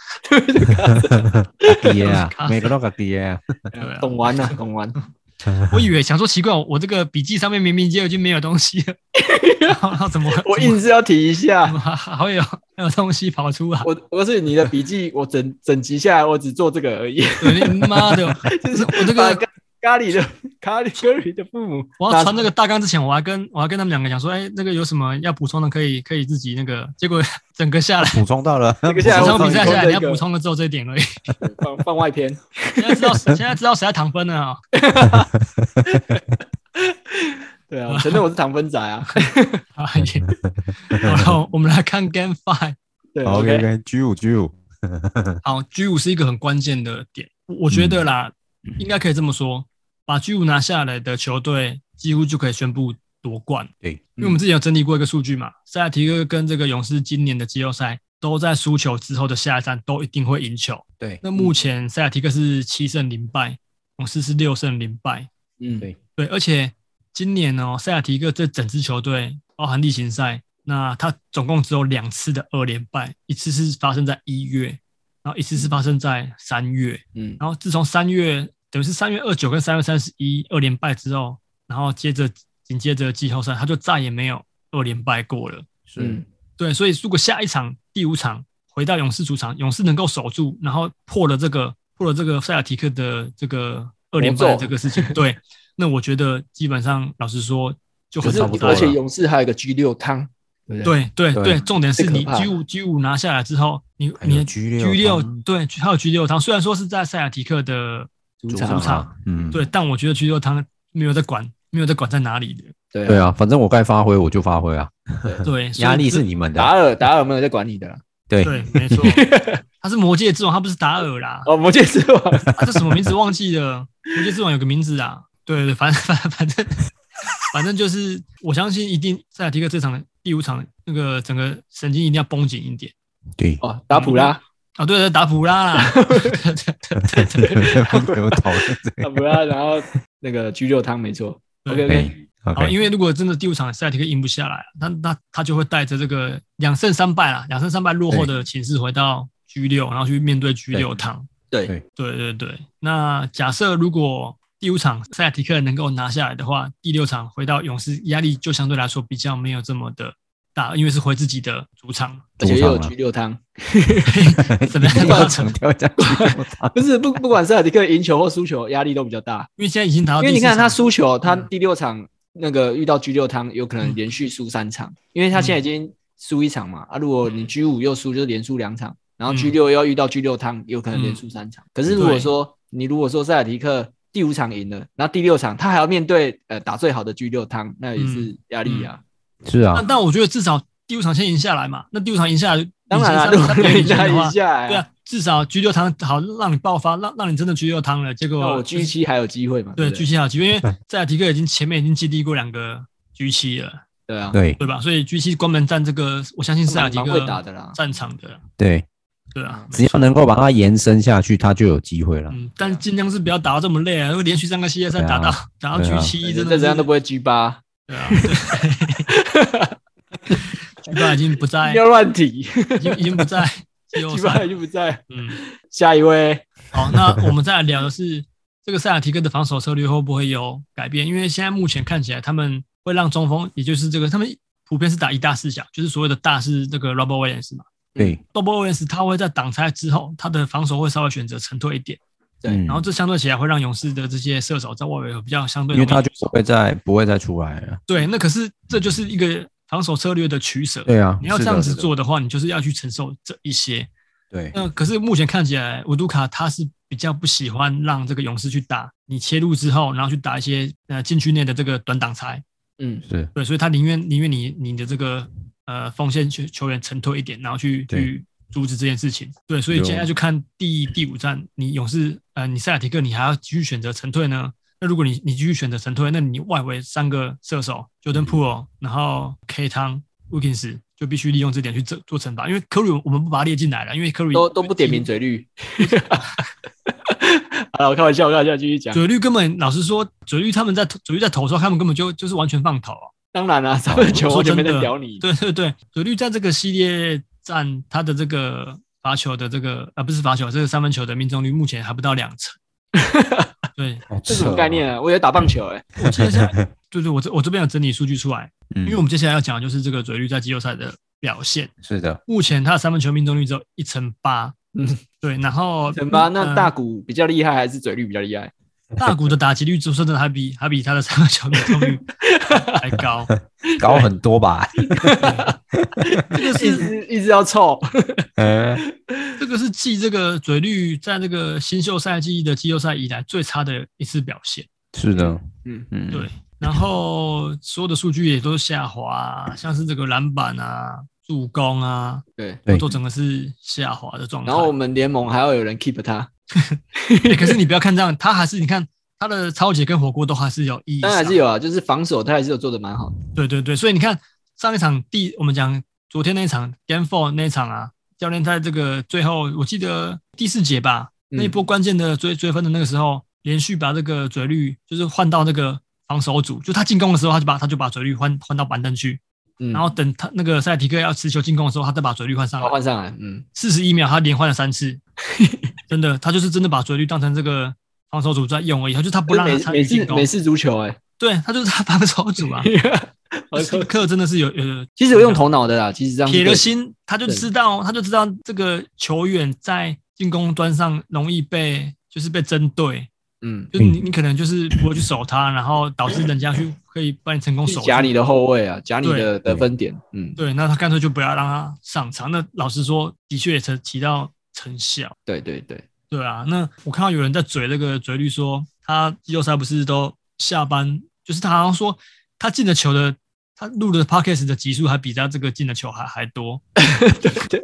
嘎爹啊每个都嘎爹啊，
对啊。
懂玩了，懂玩。
我以为想说奇怪，我这个笔记上面明明就已经没有东西了，然后然后怎么
我硬是要提一
怎
下，
么还还会有还有东西跑出来？
我我是你的笔记，我整整集下来，我只做这个而已。
对你妈的，我这
把
个
刚咖喱的咖喱 Curry 的父母，
我要传那个大纲之前，我还跟我还跟他们两个讲说，哎、那个有什么要补充的，可以可以自己那个。结果 整个下来，
补充到了，
这个现在
整
啊我
场比赛下来，你要
补充这个
补充的只有这一点而已。
放放外篇。
现在知道现在知道谁在糖分了啊、
对啊，我承认我是糖分 仔啊。
啊，也好了，我们来看 Game Five。
对
OK OK G 五 G 五，
好，G 五是一个很关键的点，我我觉得啦，应该可以这么说，把 G 五拿下来的球队几乎就可以宣布夺冠。
对
因为我们之前有整理过一个数据嘛，塞尔提克跟这个勇士今年的季后赛都在输球之后的下一站都一定会赢球。
对
那目前塞尔提克是七胜零败，勇士是六胜零败。
嗯，
对
对，而且今年哦，塞尔提克这整支球队包含例行赛，那他总共只有两次的二连败，一次是发生在一月，然后一次是发生在三月。
嗯，
然后自从三月，等于是三月二九跟三月三十一二连败之后，然后接着紧接着季后赛，他就再也没有二连败过了。
嗯，
对，所以如果下一场第五场回到勇士主场，勇士能够守住，然后破了这个破了这个塞尔提克的这个二连败
魔
的
咒
这个事情，对，那我觉得基本上老实说就
可
很
是
差不多
而
了
且勇士还有个 G 六汤，对不对？
对对
对
对，重点是
太可
你
怕了
G 五 G 五拿下来之后，你
还有
你的 G
G6
六
汤
对，还有 G 六汤，虽然说是在塞尔提克的
主
主
场
主场
啊，嗯，
对，但我觉得 G 六汤没有在管，没有在管在哪里 的，
对
对啊，反正我该发挥我就发挥啊，
对，所以
压力
这
是你们
达
的，
尔达尔没有在管你的啊啦。
对
对，没 错，他是魔界之王，他不是达尔啦，
哦，魔戒之 王，
啊，这什么名字忘记了？国际之王有个名字啊，对对，反反反正反正就是，我相信一定塞尔提克这场第五场那个整个神经一定要绷紧一点
对，
哦，达普拉，
啊，对对，打普拉啦， 对对对对，
不能讨论这个，
达普拉，然后那个 G 六汤没错。
对
OK
对
OK，
好，哦因
，OK，
为如果真的第五场塞尔提克赢不下来，那那他就会带着这个两胜三败啦，两胜三败落后的情势回到 G 六，然后去面对 G 六堂。
对
对
对对对，那假设如果第五场塞尔提克能够拿下来的话，第六场回到勇士压力就相对来说比较没有这么的大，因为是回自己的主 场。
而且又有
主场
G 六汤，
怎么样？
不要强调这样
不是啊不不管塞尔迪克赢球或输球，压力都比较大。
因为现在已经达到啊
因
第
为
四场，
你看他输球，他
嗯
第六场那个遇到 G 六汤，有可能连续输三场，因为他现在已
嗯
经输一场嘛。啊，如果你 G 五又输，就是连输两场，然后
嗯
G 六要遇到 G 六汤，有可能连输三场。可是如果说你如果说塞尔提克第五场赢了，然后第六场他还要面对呃打最好的 G 六汤，那也是
嗯
压力啊。
是啊
但，但我觉得至少第五场先赢下来嘛。那第五场赢下来，
当然了，
领先
如果
三比零
人
领先
家
的话
赢，下来
对
啊，
啊，至少居六汤好让你爆发，让让你真的居六汤了。结果
那我 G 七还有机会嘛？
啊 对
不
居七好机会，因为塞尔提克已经前面已经经历过两个居七了，
对啊，
对
对吧？所以居七关门战这个，我相信塞尔
蛮
提
蛮
克
会打的啦。
战场的，
对，
对啊，
只要能够把它延伸下去，它就有机会了。
啊
嗯，但尽量是不要打到这么累啊，因为连续三个系列赛打到、打到
对啊
G 七，真的
再
是
怎样都不会 G 八，
对啊。对 G 八已经不在
不，要乱提
已经已经不在季后
，G 八
赛。
就不在。
嗯，
下一位，
好，那我们再来聊的是这个塞尔提克的防守策略会不会有改变？因为现在目前看起来，他们会让中锋，也就是这个他们普遍是打一大四小，就是所谓的大是这个 Robert Williams 嘛。
对，
Robert Williams 他会在挡拆之后，他的防守会稍微选择沉退一点，
对
嗯
然后这相对起来会让勇士的这些射手在外围有比较相对
因为
容
它
易
就不会再不会再出来了。
对，那可是这就是一个防守策略的取舍。
对啊，
你要
是
这
的
样子
是的
做的话，你就是要去承受这一些。
对，
那可是目前看起来，乌杜卡他是比较不喜欢让这个勇士去打你切入之后，然后去打一些呃禁区内的这个短挡拆。
嗯，
是
对，所以他宁愿宁愿你你的这个呃锋线球球员沉退一点，然后去
对
去阻止这件事情。对，所以
有
现在就看第第五站，你勇士呃，你塞尔提克，你还要继续选择沉退呢？那如果你你继续选择沉退，那你外围三个射手
嗯
Jordan p o o l 然后 K 汤 Wilkins 就必须利用这点去做做惩罚，因为 Curry 我们不把他列进来了，因为 Curry
都都不点名嘴绿。 好了，我开玩笑，我开玩笑，继续讲。
嘴绿根本老实说，嘴绿他们在嘴绿在投的时候，他们根本就就是完全放投啊。
当然啦，三分球我就没在屌你。
对对对，左律在这个系列战，他的这个罚球的这个啊，不是罚球，这个三分球的命中率目前还不到两成。对，
这什么概？念啊？我以为打棒球哎。
我记得现在，对对，我这我这边有整理数据出来，
嗯
因为我们接下来要讲的就是这个左律在季后赛的表现。
是的，
目前他的三分球命中率只有一成八，
嗯
嗯，对，然后
怎么？那
呃
大谷比较厉害还是嘴绿比较厉害？
大谷的打击率，说真的还比还比他的三个球命中率还高。
高很多吧？
这个
一
是
直一直要凑，
呃，
这个是继这个嘴绿在这个新秀赛季的季后赛以来最差的一次表现。
是的，
嗯
嗯
对然后所有的数据也都是下滑、啊，像是这个篮板啊、助攻啊，
对。
对
都整个是下滑的状态。
然后我们联盟还要有人 keep 他，
欸可是你不要看这样，他还是你看他的超级跟火锅都还是有意义，
当然还是。有啊，就是防守他还是有做的蛮好的。
对对对，所以你看上一场第我们讲昨天那一场 Game Four 那一场啊，教练在这个最后我记得第四节吧，
嗯
那一波关键的追追分的那个时候，连续把这个嘴绿就是换到那个防守组，就他进攻的时候他就把他就把嘴绿换换到板凳去，
嗯，
然后等他那个塞尔提克要持球进攻的时候，他再把嘴绿换上
把他
来。
换上来，嗯，
四十一秒，他连换了三次， 真的，他就是真的把追率当成这个防守组在用而已，他就是他不
就
让
是
他
美
参
美
与进
式
攻
美，式足球 哎、
对他就是他防守组 啊。
我
这个课真的是有呃，
其实有用头脑的啦，其实这样
铁了
对
心，他就知道，他就知道这个球员在进攻端上容易被就是被针对，
嗯，
就是你你可能就是不会去守他，然后导致人家去可以帮你成功守
夹
住
你的后卫啊，夹你
对
的得分点，嗯，
对，那他干脆就不要让他上场。那老实说，的确也成起到成效。
对对对，
对啊，那我看到有人在嘴那个嘴绿说，他季后赛不是都下班，就是他好像说他进的球的，他录的 podcast 的集数还比他这个进的球还还 多。对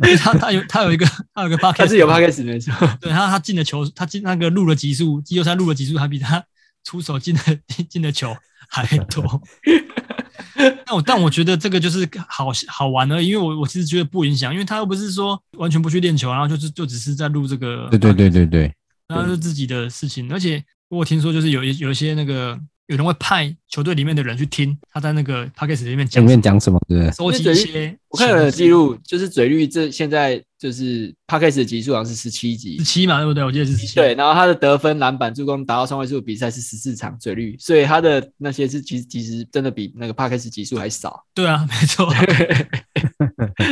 对， 他他有他有一个他有一个 podcast，
他是有 p a c k a g 没错，
对他他进的球，他进那个录的集数，季后赛录的集数还比他出手进的进的球还多。 但我但我觉得这个就是好好玩而已，因为我我其实觉得不影响，因为他又不是说完全不去练球，然后就是就只是在录这个，
对对对对对，
然后是自己的事情。而且我听说就是有一有一些那个有人会派球队里面的人去听他在那个 p o d c a s t 里面
前
讲什
面
么，
讲什么？对不对？
收集一些。
我看了记，录，就是嘴绿这现在就是 p a c k a g 的集数好像是十七集
十，七嘛，对不对？我记得是十七。
对，然后他的得分、篮板、助攻、达到双位数比赛是十四场嘴绿，所以他的那些是其实其实真的比那个 p a c k a g 集数 还少，
对啊，没错。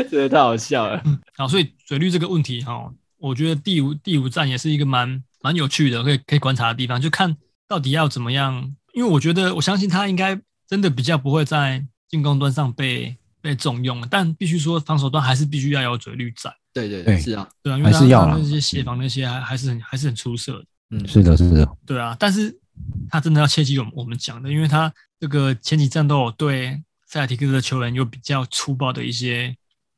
真的太好笑了。
嗯，好，所以嘴绿这个问题哈、我觉得第五第五站也是一个蛮蛮有趣的，可以可以观察的地方，就看到底要怎么样。因为我觉得我相信他应该真的比较不会在进攻端上被被重用，但必须说防守端还是必须要有嘴绿在，
对对
对
对，是啊，
对啊，因为他
还是要啊
他那些协防那些还还是很还是很出色的，
嗯，
是的，是的，
对啊。但是他真的要切记我们我们讲的，因为他这个前几站都有对塞尔提克的球员有比较粗暴的一些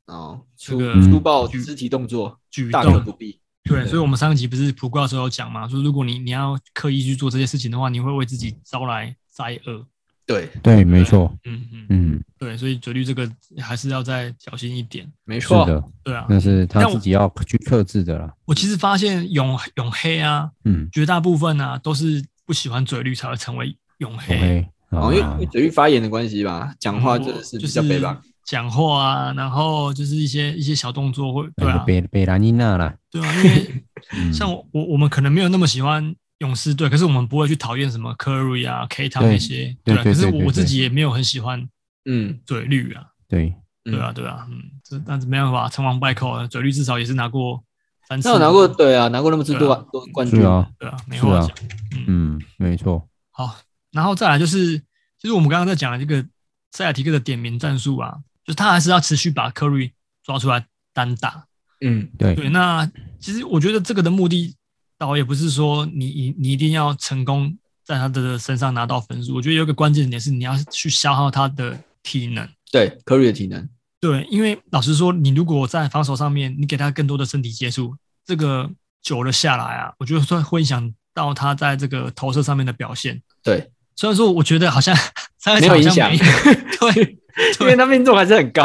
哦，
这
粗
个
嗯
粗暴肢体动作，
举
大可
动
不，必。
对，
对
所以我们上一集不是普卦的时候有讲嘛，说如果你你要刻意去做这些事情的话，你会为自己招来灾厄。
对，
对，没错，
嗯嗯，
嗯，
对，所以嘴绿这个还是要再小心一点。
没
是
错，
的，
对啊，
那是他
但我
自己要去克制的啦。
我其实发现永永黑啊，
嗯
绝大部分啊都是不喜欢嘴绿才会成为永黑。
，OK，好啊
哦，因为因为嘴语发言的关系吧，讲话真的是
哦就
比
是
较北吧。
讲话啊，然后就是一些一些小动作会，对
那
啊
个，北北兰妮娜啦，
对啊，因为
嗯
像我我我们可能没有那么喜欢勇士队，可是我们不会去讨厌什么 Curry 啊、K 汤那些，
对
啊。可
对
是
对对
我我
对
自己也没有很喜欢
嗯，
嘴绿啊，
对，
嗯
对啊，对啊，嗯，这但是没办法，成王败寇啊，嘴绿至少也是拿过三次，
那我拿过，对啊，拿过那么多
对啊
冠多冠
是
军，
啊，
对啊，没话
是
讲
啊。嗯，没错，
好，然后再来就是，就是我们刚刚在讲的这个塞尔提克的点名战术啊，就是他还是要持续把 Curry 抓出来单打，
嗯，
对，
对，啊那其实我觉得这个的目的倒也不是说你你你一定要成功在他的身上拿到分数，我觉得有一个关键点是你要去消耗他的体能。
对科瑞的体能，
对，因为老实说，你如果在防守上面你给他更多的身体接触，这个久了下来啊，我觉得说会影响到他在这个投射上面的表现。
对，
虽然说我觉得好像 上一
没
场
有
好
影
像
响
没有， 对，
因为他命中还是很 高。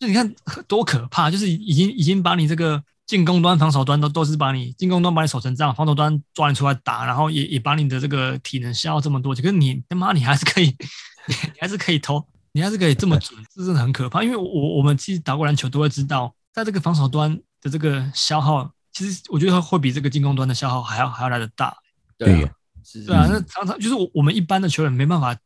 就你看多可怕，就是已经已经把你这个进攻端、防守端都都是把你进攻端把你守成这样，防守端抓你出来打，然后也也把你的这个体能消耗这么多，可是你他妈你还是可以， 你还是可以投，你还是可以这么准，这真的很可怕。因为我我们其实打过篮球都会知道，在这个防守端的这个消耗，其实我觉得会比这个进攻端的消耗还要还要来得大。
对
啊，是
对啊，
是
那常常就是我我们一般的球员没办法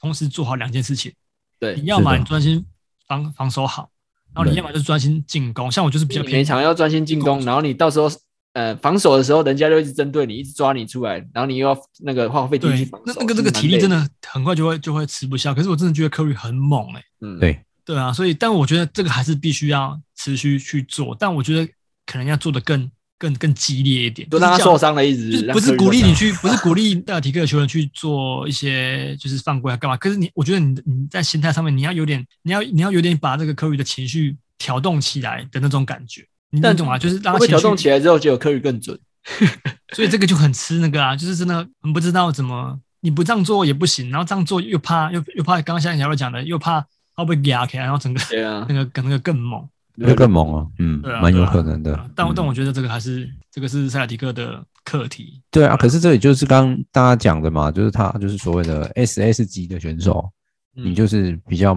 同时做好两件事情。你
对，
要
是
么
的
你专心防防守好，然后你
对
要么就是专心进攻。像我就是比较
你每
偏
场要专心进攻，然后你到时候呃防守的时候，人家就一直针对你，一直抓你出来，然后你又要那个花费体力去
对
防，
那
守，
那个这
其实
个
蛮
体力
累
真，的很快就会就会吃不消。可是我真的觉得科瑞很猛哎、
嗯，
对
对啊，所以但我觉得这个还是必须要持续去做，但我觉得可能要做的更更更激烈一点，
就让他
不是叫
受伤了，一
就
直
是
让
不是
Curry
鼓励
受伤
你去，不是鼓 励大体克的球员去做一些就是犯规啊干嘛？可是你，我觉得你你在心态上面，你要有点，你要你要有点把这个科宇的情绪调动起来的那种感觉，你你
但
懂吗？就是让
会
他
不会
情
调动
绪，
起来之后，结果科宇更准？
所以这个就很吃那个啊， 就是真的很不知道怎么你不这样做也不行，然后这样做又怕又又怕刚刚像小乐讲的，又怕他被压起来，然后整个
对啊
那，个那个更猛。
会更猛哦，嗯
对啊，
蛮有
对啊
可能的。
但
嗯
但我觉得这个还是这个是塞尔提克的课题，
对啊，可是这也就是刚刚大家讲的嘛，就是他就是所谓的 SS 级的选手，
嗯
你就是比较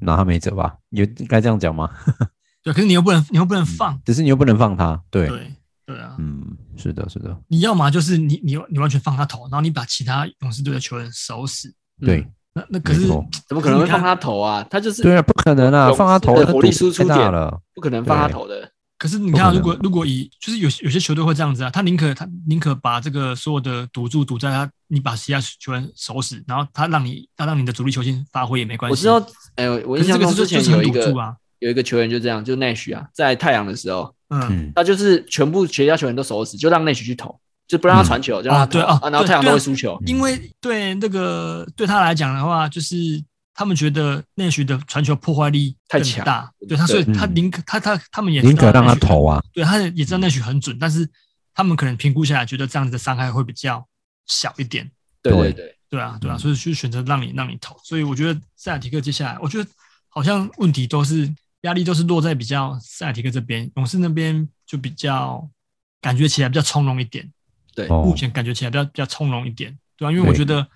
拿他没辙吧？有该这样讲吗？嗯
对，可是你又不能你又不能放，
只是你又不能放他，嗯对，
对对啊，
嗯，是的，是的，
你要么就是你你你完全放他投，然后你把其他勇士队的球员守死。
对，
那那可
没
是
错，
嗯怎么可能会
你看
放他投啊？他就是
对啊，不可能啊，
勇士
放他头
的
那
火力
赌
输
太
出
大
点
了，
不可能放他
对
投的。
可是你看啊，
不可能
如果如果以就是有有些球队会这样子啊，他宁可他宁可把这个所有的赌注赌在他你把其他球员守死，然后他让你他让你的主力球星发挥也没关系。
我知道，哎，
可
我印
是这
象
个
中
是就
之前
就是
有
很
一
赌
个
注啊，
有一个球员就这样，就 Nash 啊，在太阳的时候，
嗯。
嗯，
他就是全部其他球员都守死，就让 Nash 去投，就不让他传球，就让他
啊对
投
啊
然
对
后太阳都
对啊
会输球。嗯
因为对那个对他来讲的话，就是他们觉得内许的传球破坏力
太
更
强
大，对他，所以
对
他宁可他他他们也
嗯宁可让他
知道 Nash
投啊，
对，他也知道那许很准，但是他们可能评估下来觉得这样子的伤害会比较小一点，
对
对
对对，
对啊，对啊，
嗯
所以就选择让你让你投，所以我觉得塞尔提克接下来，我觉得好像问题都是压力都是落在比较塞尔提克这边，勇士那边就比较感觉起来比较从容一点，
哦
目，前感觉起来比较比较从容一点，对啊，因为我
对
觉得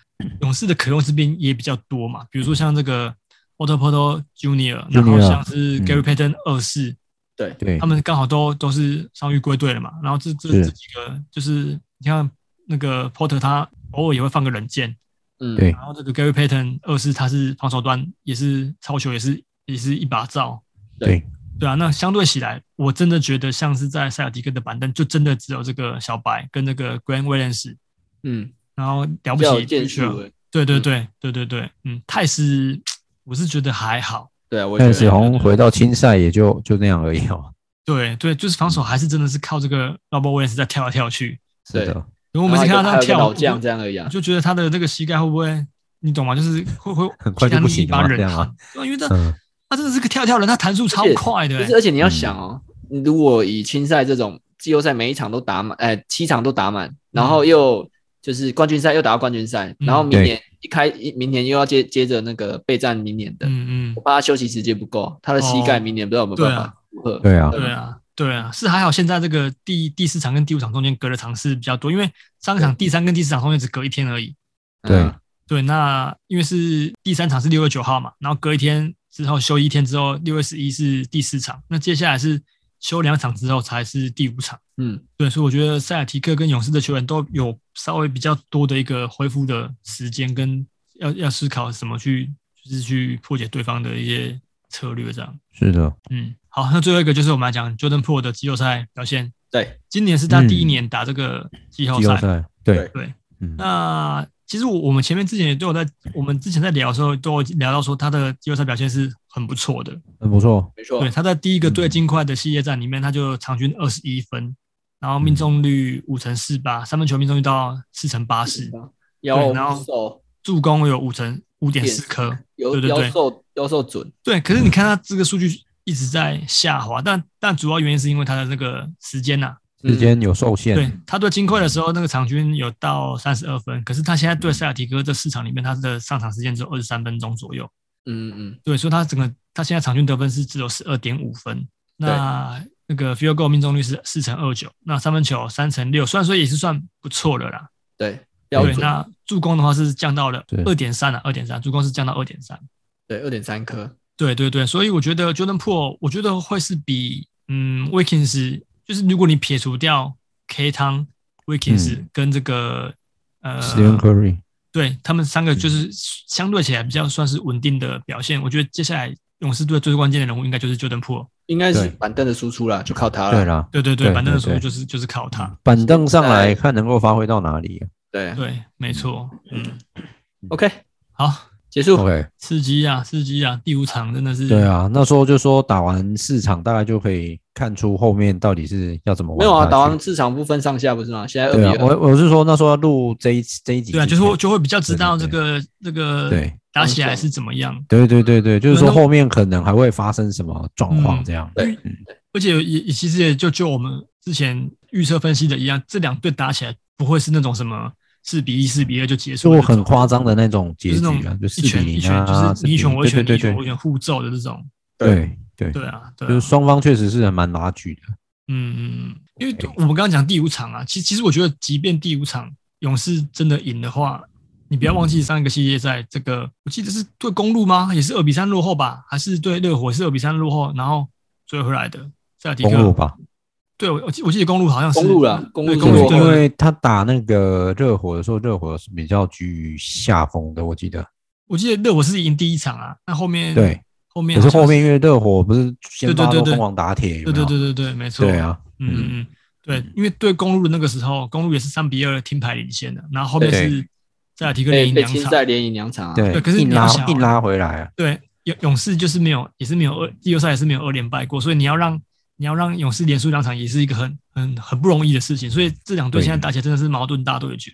勇士的可用之兵也比较多嘛，比如说像这个 Otto Porto Junior，然后
Junior，
像是
嗯
Gary Payton 二世，
对
他，们刚好都都是伤愈归队了嘛。然后这这
是
这几个就是你看那个 Porter 他偶尔也会放个冷箭，
嗯，
对
然后这个 Gary Payton 二世他是防守端也是超球也是也是一把罩，
对，
对啊。那相对起来，我真的觉得像是在塞尔迪克的板凳就真的只有这个小白跟那个 Grant Williams，
嗯，
然后了
比
不
较有
起
建
Fisher
树。欸
对对对对对对，嗯，泰斯我是觉得还好。
对啊，我也
但
觉
是
得
好像回到青赛也就就那样而已哦，
对对，就是防守还是真的是靠这个 Robert Williams 在跳来跳去。
是的，
然后我每次看到
然
他
后还有
跳，
老
我就
将这样而已啊
我。就觉得他的这个膝盖会不会，你懂吗？就是会会
很 快就不行了
把
嘛这
人
样啊
汗， 对啊，因为他
嗯，
他真的是个跳跳人，他弹速超快的、
就
欸
是，而且你要想哦，如果以青赛这种季后赛每一场都打满，哎，七场都打满，然后又就是冠军赛又打到冠军赛，
嗯
然后明
对
年一开一明年又要接接着那个备战明年的，
嗯嗯
我，怕他休息时间不够，他的膝盖
哦
明年不知道有没有办
对啊
法负荷。
对啊，
对啊，对啊，是还好现在这个第第四场跟第五场中间隔的场是比较多，因为上一场第三跟第四场中间只隔一天而已。
对，
嗯
对，那因为是第三场是六月九号嘛，然后隔一天之后休一天之后，六月十一是第四场，那接下来是休两场之后才是第五场。
嗯，
对，所以我觉得塞尔提克跟勇士的球员都有稍微比较多的一个恢复的时间，跟要要思考怎么去就是去破解对方的一些策略这样。
是的，
嗯，好，那最后一个就是我们来讲 Jordan p o o 的季后赛表现。
对，
今年是他第一年打这个季后
嗯季
赛。
后赛，对
对，
对，
嗯，
那其实我我们前面之前也都有在我们之前在聊的时候都有聊到说他的季后赛表现是很不错的。
很不错，
没错
对，，他在第一个
嗯
对金块的系列战里面，他就场均二十一分，然
嗯
后命中率五成四八，三分球命中率到四成八四，
腰
对然后
瘦
助攻有五成五点四颗。
腰
对对
腰
对
瘦腰瘦准，
对，可是你看他这个数据一直在下滑，但但主要原因是因为他的那个时间呐、啊
嗯
时间有受限，
对，他对金块的时候那个场均有到三十二分，可是他现在对塞尔提克这四场里面，他的上场时间只有二十三分钟左右。
嗯嗯
对，所以他整个他现在场均得分是只有十二点五分，
对
那那个 field goal 命中率是四乘二九，那三分球三乘六，虽然说也是算不错的啦。
对，标
对，
准
那助攻的话是降到了
对
二点三啊，二点三，助攻是降到二点三。
对二点三颗，
对对对，所以我觉得 Jordan p o o 我觉得会是比嗯 Wiggins，就是如果你撇除掉 K 汤 Wiggins 跟这个、
嗯，Stephen
呃，
Curry，嗯
对他们三个就是相对起来比较算是稳定的表现。我觉得接下来勇士队最关键的人物应该就是 Jordan p o o
应该是
对
板凳的输出啦，就靠他
对
了。
啦，
对对对，
对
板凳的
对
输出
对
就是就是靠他。
板凳上来看能够发挥到哪里啊
对
对，没错。嗯，
，OK，
好，
结束。
？OK，
刺激啊，刺激啊！第五场真的是
对啊，那时候就说打完四场，大概就可以看出后面到底是要怎么玩
没有啊，
下去
打完市场不分上下不是吗？现在二比
对啊，
二，
我我是说那时候要录这一这一集之前，
对啊，就是会就会比较知道这
对
个这个
对
打起来是怎么样。
对对对对，就是说
那那嗯
后面可能还会发生什么状况这样。
对
而且也也其实也就就我们之前预测分析的一样，这两队打起来不会是那种什么四比一、四比二就结束
就
的那种，
很夸张的那种
就
结
是那
局啊，
种
就四
一拳
比
一
零
拳，
啊，
就是你一拳我一
对
拳，你
对
一拳
对
我一拳互揍的这种。
对对对
对，啊，对啊，
就是双方确实是很蛮拉锯的。
嗯，嗯，嗯，因为我们刚刚讲第五场啊，其实其实我觉得，即便第五场勇士真的赢的话，你不要忘
嗯
记上一个系列赛，这个我记得是对公路吗？也是二比三落后吧，还是对热火是二比三落后，然后追回来的塞尔提克？
公路吧，
对，我我记我记得公路好像是
公路啦
对
公路
公路
是落后
对
因
对对
为他打那个热火的时候，热火是比较居于下风的，我记得。
我记得热火是赢第一场啊，那后面
对，
后面
可是
好像
后面因为热火不是先发
对对对
都
对
疯狂打铁，
对
有没有
对对对对，没错，
对，啊，嗯，
嗯嗯嗯，对，因为对公路的那个时候，公路也是三比二听牌领先的，然后后面
对
是塞尔提克连
被
赢
被
两
青
场。
赛连赢两场啊。
对
对可是
硬
你要
拉
想啊
硬拉回来啊，
对，勇勇士就是没有，也是没有二季后赛也是没有二连败过，所以你要让你要让勇士连输两场，也是一个很很很不容易的事情。所以这两队
对
现在打起来真的是矛盾大对决，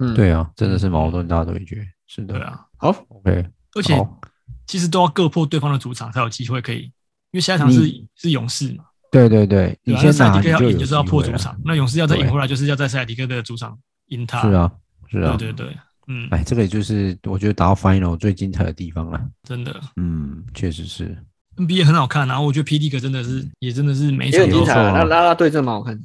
嗯，
对啊，真的是矛盾大对决，是
对
的
啊，
好，
，OK，
而且
好
其实都要各破对方的主场才有机会可以，因为下一场
嗯
是是勇士嘛，
对对对，
对
你
吧、那
先
塞尔
拿
迪克
你
要
就
赢
有
就是要
机
破
会
主
啊
场，那勇士要再赢
对
回来就是要在塞尔迪克的主场赢他，
是啊是啊，
对对对，嗯，
哎，这个也就是我觉得打到 final 最精彩的地方了。
真的
嗯，确实是。
NBA 很好看，然后我觉得 P D 可真的
嗯
是也真的是每一
也
场
很精
都
彩
没
啊。
错
那
啊
拉拉队真的蛮 好看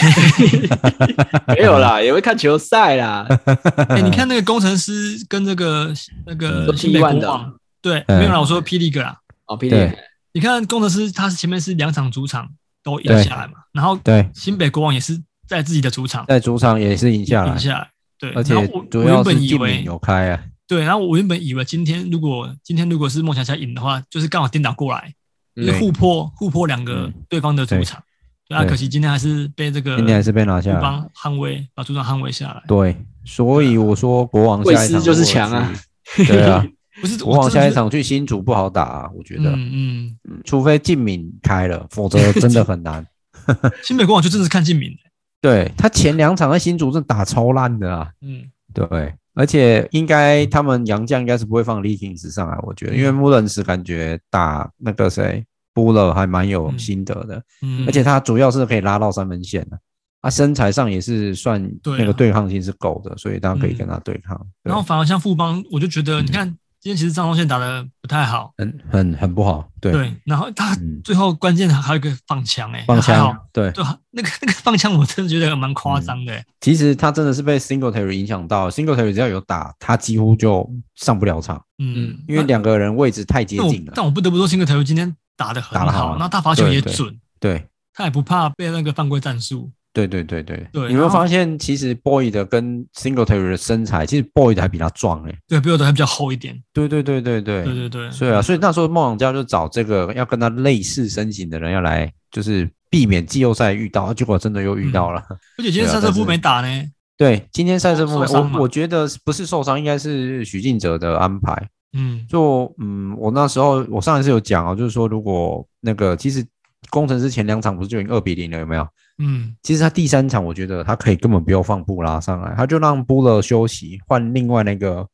的。没有啦，也会看球赛啦。
哎、你看那个工程师跟那个那个
都
新北国
T1 的
王，对，
嗯
没有啦，我说霹雳哥啦。
哦，霹雳
对
你看工程师，他是前面是两场主场都赢
对
下来嘛，然后
对，
新北国王也是在自己的主场
在主场也是赢下来
赢，下来，对。
而且
然后我
主
我原
要是
本以
进敏
为
有开啊。
对，然后我原本以为今天如果今天如果是梦想家赢的话，就是刚好颠倒过来，就是
嗯对
嗯
互破互破两个
嗯
对方的主
对
场。对啊，
对
可惜今天还是被这个
今天还是被拿
互
下来
帮捍卫，把主场捍卫下来。
对，所以我说国王
贵
下一
司
场
就是
如果
强啊
去。对啊，
不是，
国
我
王
真
下
的
一
觉
场去新竹不好打啊，我觉
得，
得，
嗯嗯，
除非进敏开了，否则真的很 难。
新北国王就真的是看进敏，
对他前两场在新竹是打超烂的啊，
嗯，
对，而且应该他们杨将应该是不会放 l e a k i n s 上来，我觉得，因
嗯
为穆伦斯感觉打那个谁布勒还蛮有
嗯
心得的，
嗯
而且他主要是可以拉到三分线的、啊，身材上也是算
对啊
那个对抗性是够的，所以大家可以跟
嗯
他对抗，对
然后反而像富邦，我就觉
嗯
得你看今天其实张东宪打的不太好，
很很很不好，对，
对，然后他
嗯，
最后关键还有一个放枪，哎，
放
还好
枪，嗯对，
对，啊那个那个放枪我真的觉得蛮夸张的，哎
其实他真的是被 Singletary 影响到，Singletary 只要有打，他几乎就上不了场，
嗯，
因为两个人位置太接
那我
近了，
但我不得不说，新格头今天打的很
打得好
好，
啊
那大罚球
对
也
对
准，
对。
他也不怕被那个犯规战术，
对对对对
对
你有没
然后
有发现其实 Boyd 跟 Singletary 的身材，其实 Boyd 还比他壮哎、
对，比我的还比较厚一点，
对对对对对
对对对，
所以啊，所以那时候梦想家就找这个要跟他类似身形的人要来，就是避免季后赛遇到，结果真的又遇到了。
而且今天
对啊
塞瑟
但
夫
是
没打呢，
对，今天赛事部
嗯
分
哦受伤嘛
我我觉得不是受伤，应该是许晋哲的安排。
嗯
就嗯，我那时候我上一次有讲哦，就是说如果那个其实工程师前两场不是就已经二比零了，有没有？
嗯
其实他第三场，我觉得他可以根本不用放布拉上来，他就让布勒休息，换另外那个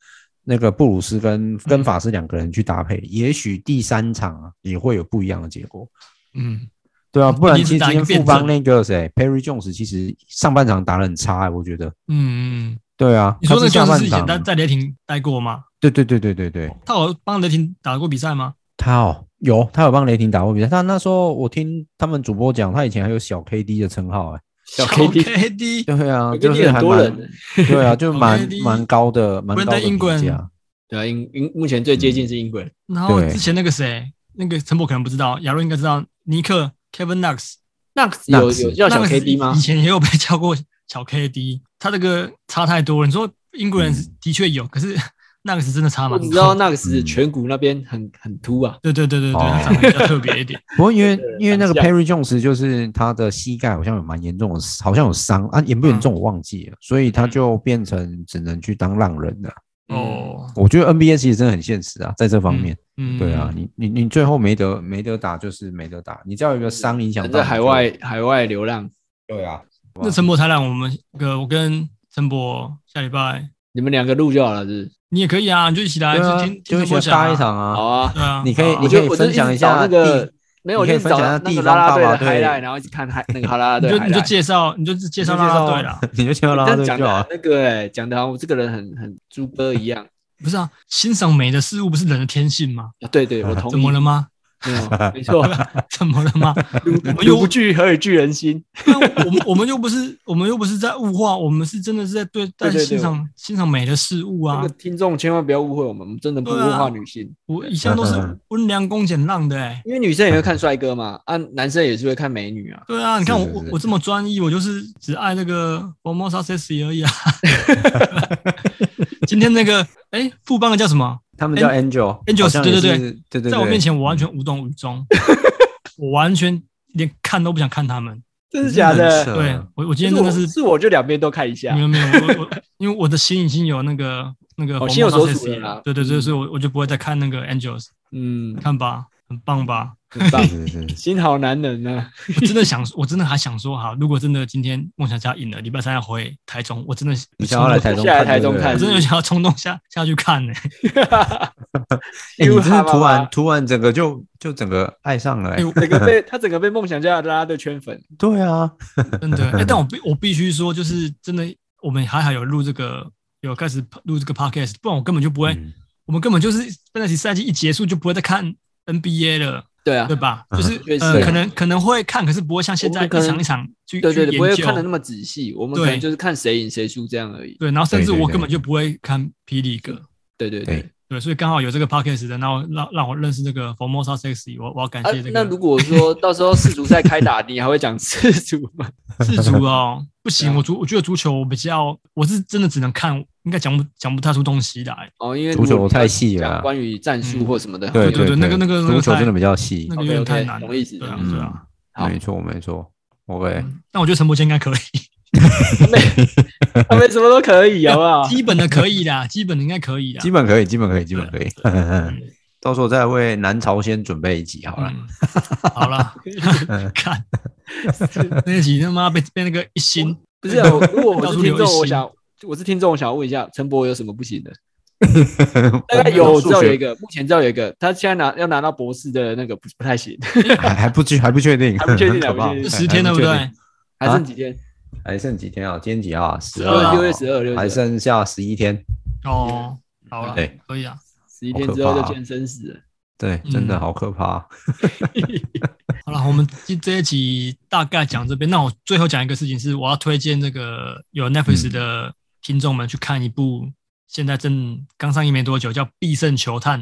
那个布鲁斯跟跟法师两个人去搭配，也许第三场啊也会有不一样的结果。
嗯，
对啊，
嗯
不然
毕竟是
其实
打一
今
个
天
辩
富邦
证
那个谁 Perry Jones 其实上半场打得很差、欸，我觉得。
嗯嗯，
对啊，
你说那个
他是下
教师
半
以前在
场，
在雷霆待过吗？
对对对对对对，
他有帮雷霆打过比赛吗？
他哦有他有帮雷霆打过比赛，他那时候我听他们主播讲，他以前还有小 KD 的称号、欸，
小 KD
KD，
对啊，
我
就
跟你
是
很
还
多
蛮
人，
对啊，就 蛮
KD
蛮高的，蛮高的
Brandon
评
Ingram
价。
对啊，英英目前最接近是英国人，
然后
对
之前那个谁，那个陈博可能不知道，亚伦应该知道，尼克 Kevin Knox
嗯
那有有叫小
Knox
KD 吗
以？前也有被
嗯
叫过小 KD，他这个差太多了。你说英国人的确有，可是 那个是真的差
我
蛮
只知
多。
道那个是颧骨那边很很凸啊，
对对对对对，
哦
他长得比较特别一 点。
不过因为
对
因为那个
长
Perry Jones 就是他的膝盖好像有蛮严重的，好像有伤啊，严不严
嗯
重我忘记了，所以他就变成只能去当浪人了。
哦，
我觉得 NBA 其实真的很现实啊，在这方面，
嗯，
对啊，你你你最后没得没得打就是没得打，你只要有一个伤影响
人
到
在海
你就
外海外流浪，
对啊，
那陈博才让我们个我跟陈博下礼拜
你们两个录就好了，是不是？
你也可以啊，你就一起来，
对
就
啊
听，听
就
陈
一起
博
来搭
讲
一
啊。
场啊，
啊，
对啊，
你可以
好
我
你
就
可以
我就
分享
一
一
直找
下
那个
地
没有，我
你可以
就一直找
分享一下
那
地
个
方
啦啦队
爸爸
的
队
highlight，然后一直看海那个啦啦
你
队
就
的
你就
highlight。
介绍，你就介绍
啊你就
啦啦
啊
队啦。
你就介绍
你
拉
这
拉
样
队
讲
就
的
好
好。那个哎，讲的好像我这个人很很猪哥一样。
不是啊，欣赏美的事物不是人的天性吗？
啊 对对，我同意。
怎么了？吗？
没有，没错。
怎么了吗？
如无惧何以惧人心？
那我们我们又不是我们又不是在物化，我们是真的是在对在
对对
欣赏欣赏美的事物
那
啊
个。听众千万不要误会我们，我们真的不物
对啊
化女性，
我一向都
嗯
是温良恭俭让的哎。
因为女生也会看帅哥嘛，啊，男生也是会看美女啊。
对啊，你看我
是是
我
是
我这么专一，我就是只爱那个 Formosa Sexy 而已啊。今天那个哎，副帮的叫什么？
他们叫 Angel
Angels，
好像也是
对对
对对对，嗯
在我面前我完全无动于衷， 我完全连看都不想看他们。
真的假
很扯
的？
对我我今天
是
真的
我
是
是我就两边都看一下
没。有没有，我我因为我的心已经有那个那个
哦
Formosa
心有所属
Sexy
了啦
对对对，
嗯
所以我我就不会再看那个 Angels，
嗯，
看吧，很棒吧。
很棒，
是是 是
心好男人啊。
我真的想，我真的还想说，好，如果真的今天梦想家赢了，礼拜三要回台中，我真的
你想要来台中看，
下来台中
对不对
看
我真的有想要冲动下下去看呢、
哎、你真是突
You have a-
然突然整个就就整个爱上了、欸，
哎我
整个被他整个被梦想家的啦啦队圈粉，
对啊，
真的。哎、但我必我必须说，就是真的，我们还好有录这个，有开始录这个 podcast，不然我根本就不会，
嗯
我们根本就是 fantasy 赛季一结束就不会再看 NBA 了，
对啊
对，吧？
嗯
就是
确实
呃，
啊
可能可能会看，可是不会像现在
我
一
们可能
场一场去
对对
去
对，不会
研究
看的那么仔细，我们
对
可能就是看谁赢谁输这样而已。
对，然后甚至
对对对
我根本就不会看霹雳哥。
对对
对
对。
对，所以刚好有这个 podcast 的，然后让让我认识这个 Formosa Sexy，我我要感
啊
谢这，
那
个
如果说到时候世足赛开打，你还会讲世足吗？
自足哦。不行，
对啊
我足我觉得足球我比较，我是真的只能看，应该讲不讲不太出东西来。
哦，因为
足球
如果你要
太细了啊
讲关于战
嗯
术或什么的，
对
对
对，
那个那个那个
足球
太
真的比较细
那，个有点
OK，OK，
太难了，
懂意思
对啊，
懂意
对啊。
好
没错没错，OK，
但我觉得陈柏谦应该可以，
他们他们什么都可以，好不好？
基本的可以啦， 基本的应该可以啦
基。本可以，基本可以，基本可以，到时候再为南朝鲜准备一集好了，
嗯，好了， 看 那一集他妈被被那个一星，
不是啊，我如果 我是听
到处留一
众，
星
我想我是听众，我想问一下，陈博有什么 不行的？大概有，我知道有一个，目前知道有一个，他现在拿要拿到博士的那个不不太行，
还还不确还不确定，
还不确
很
定
可
还不
怕
确定
这十天对不对？？
还剩几天？
还剩几天啊？今天几号啊？十
对啊
二
六月十二，六
还
月十二，
剩下十一天，
哦，好了
对，
可以啊。
十一天之后就见生死了。
对，真的
嗯
好可怕，啊
好了，我们这这一集大概讲这边。那我最后讲一个事情是，我要推荐这个有
嗯
Netflix 的听众们去看一部现在正刚上映没多久，叫《必胜球探》。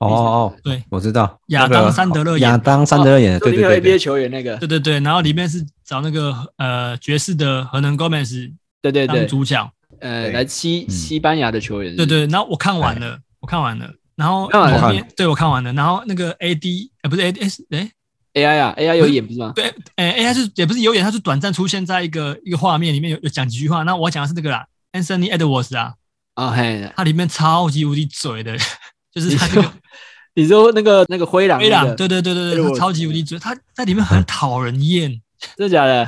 哦哦，哦
对，
我知道，
亚
那个哦
当山德勒演
亚当山德勒演的，对
零
对对对
，NBA 球员那个，
对对对，然后里面是找那个呃爵士的河南 Gomez
对对
当
对，
主角。
呃，
对
来西
嗯
西班牙的球员，
对，对，然后我看完了，我看完了，然后
看完
了
里面对我看完了，然后那个 AD 哎不是 AD 哎是哎
AI 啊，AI 有演不是吗？
对哎 AI 是也不是有点，他是短暂出现在一个一个画面里面有有讲几句话。那我要讲的是那个啦，Anthony Edwards 啊，
啊嘿，
他里面超级无敌嘴的， 就是他那个
你说那个那个灰狼
飞
那
狼，
个，
对对对对对，
Edwards
他超级无敌嘴，他在里面很讨人厌，
真的假的？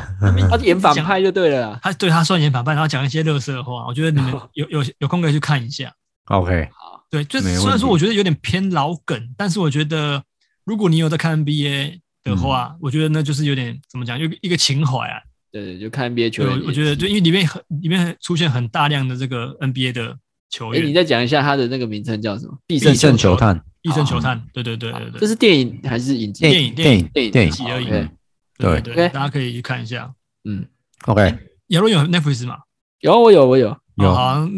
他演反派就对了啦。
他对他算演反派，然后讲一些乐色话，我觉得你们有有有空可以去看一下。
，OK，
对，就
没
虽然
问
说
题
我觉得有点偏老梗，但是我觉得如果你有在看 NBA 的话，我觉得那就是有点怎么讲，有一个情怀啊。
对对，就看 NBA 球
对，
员。
我觉得，就因为里面很里面很出现很大量的这个 NBA 的球
哎，你
员，
再讲一下他的那个名称叫什么？必
必胜球
球
探
一生球探，对对对对对，
这是电影还是影集？
电影
电
电
影
影
电影哦
电
集
影
而已。
OK
对对
对
对，
对
大家可以去看一下。
嗯，
，OK，
亚伦有 Netflix 嘛？
有啊我有我有。
哦
有
好像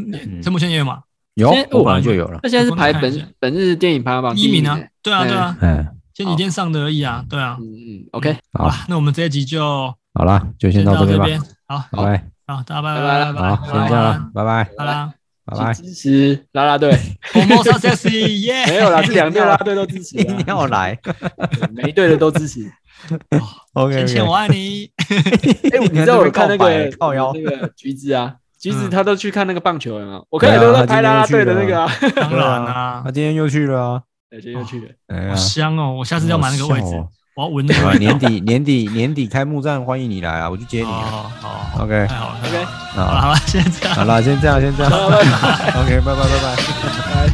陈柏谦也有嘛？
有
现在，
我
我
本来就有了，
那现在是排
我帮你看一下
本本日电影排行榜
第一名啊
欸，
对啊对啊，
嗯，
前几天上的而已啊，对啊。
嗯嗯，OK，
好
好
啦，那我们这一集就
好啦，就
先
先到
到
这
这
边吧
边，好
，OK，
好，大家拜
拜拜
拜
啦
拜拜，
好，先这样了，拜拜。
拜啦。
拜拜
去。支持啦啦队，
我们上 sexy 耶！
没有啦，是两队啦啦队都支持
一
啊，
定要来
对，每一队的都 支持。
，OK，
浅浅我爱你。
哎，你知道我看那
告白
个
靠腰
那个橘子啊，橘子
嗯
他都去看那个棒球了嘛，我
对啊
看你都在
他今
拍
天
啦啦
又去
队的
了
那个啊，
当然啦
他，今天又去了啊，
有些又去了。
哎
好
呀，
香哦！我下次要买那个位
好笑
置
哦，
我要闻那
对
个
吧
味道
年。底年底年底开幕战，欢迎你来啊，我去接你啊。
哦，好好，
OK，
太好了，太好
OK，
了
好
好了，好了，现在这样
好。了，先这样，先这样。
好拜拜
OK，拜拜拜拜。
拜。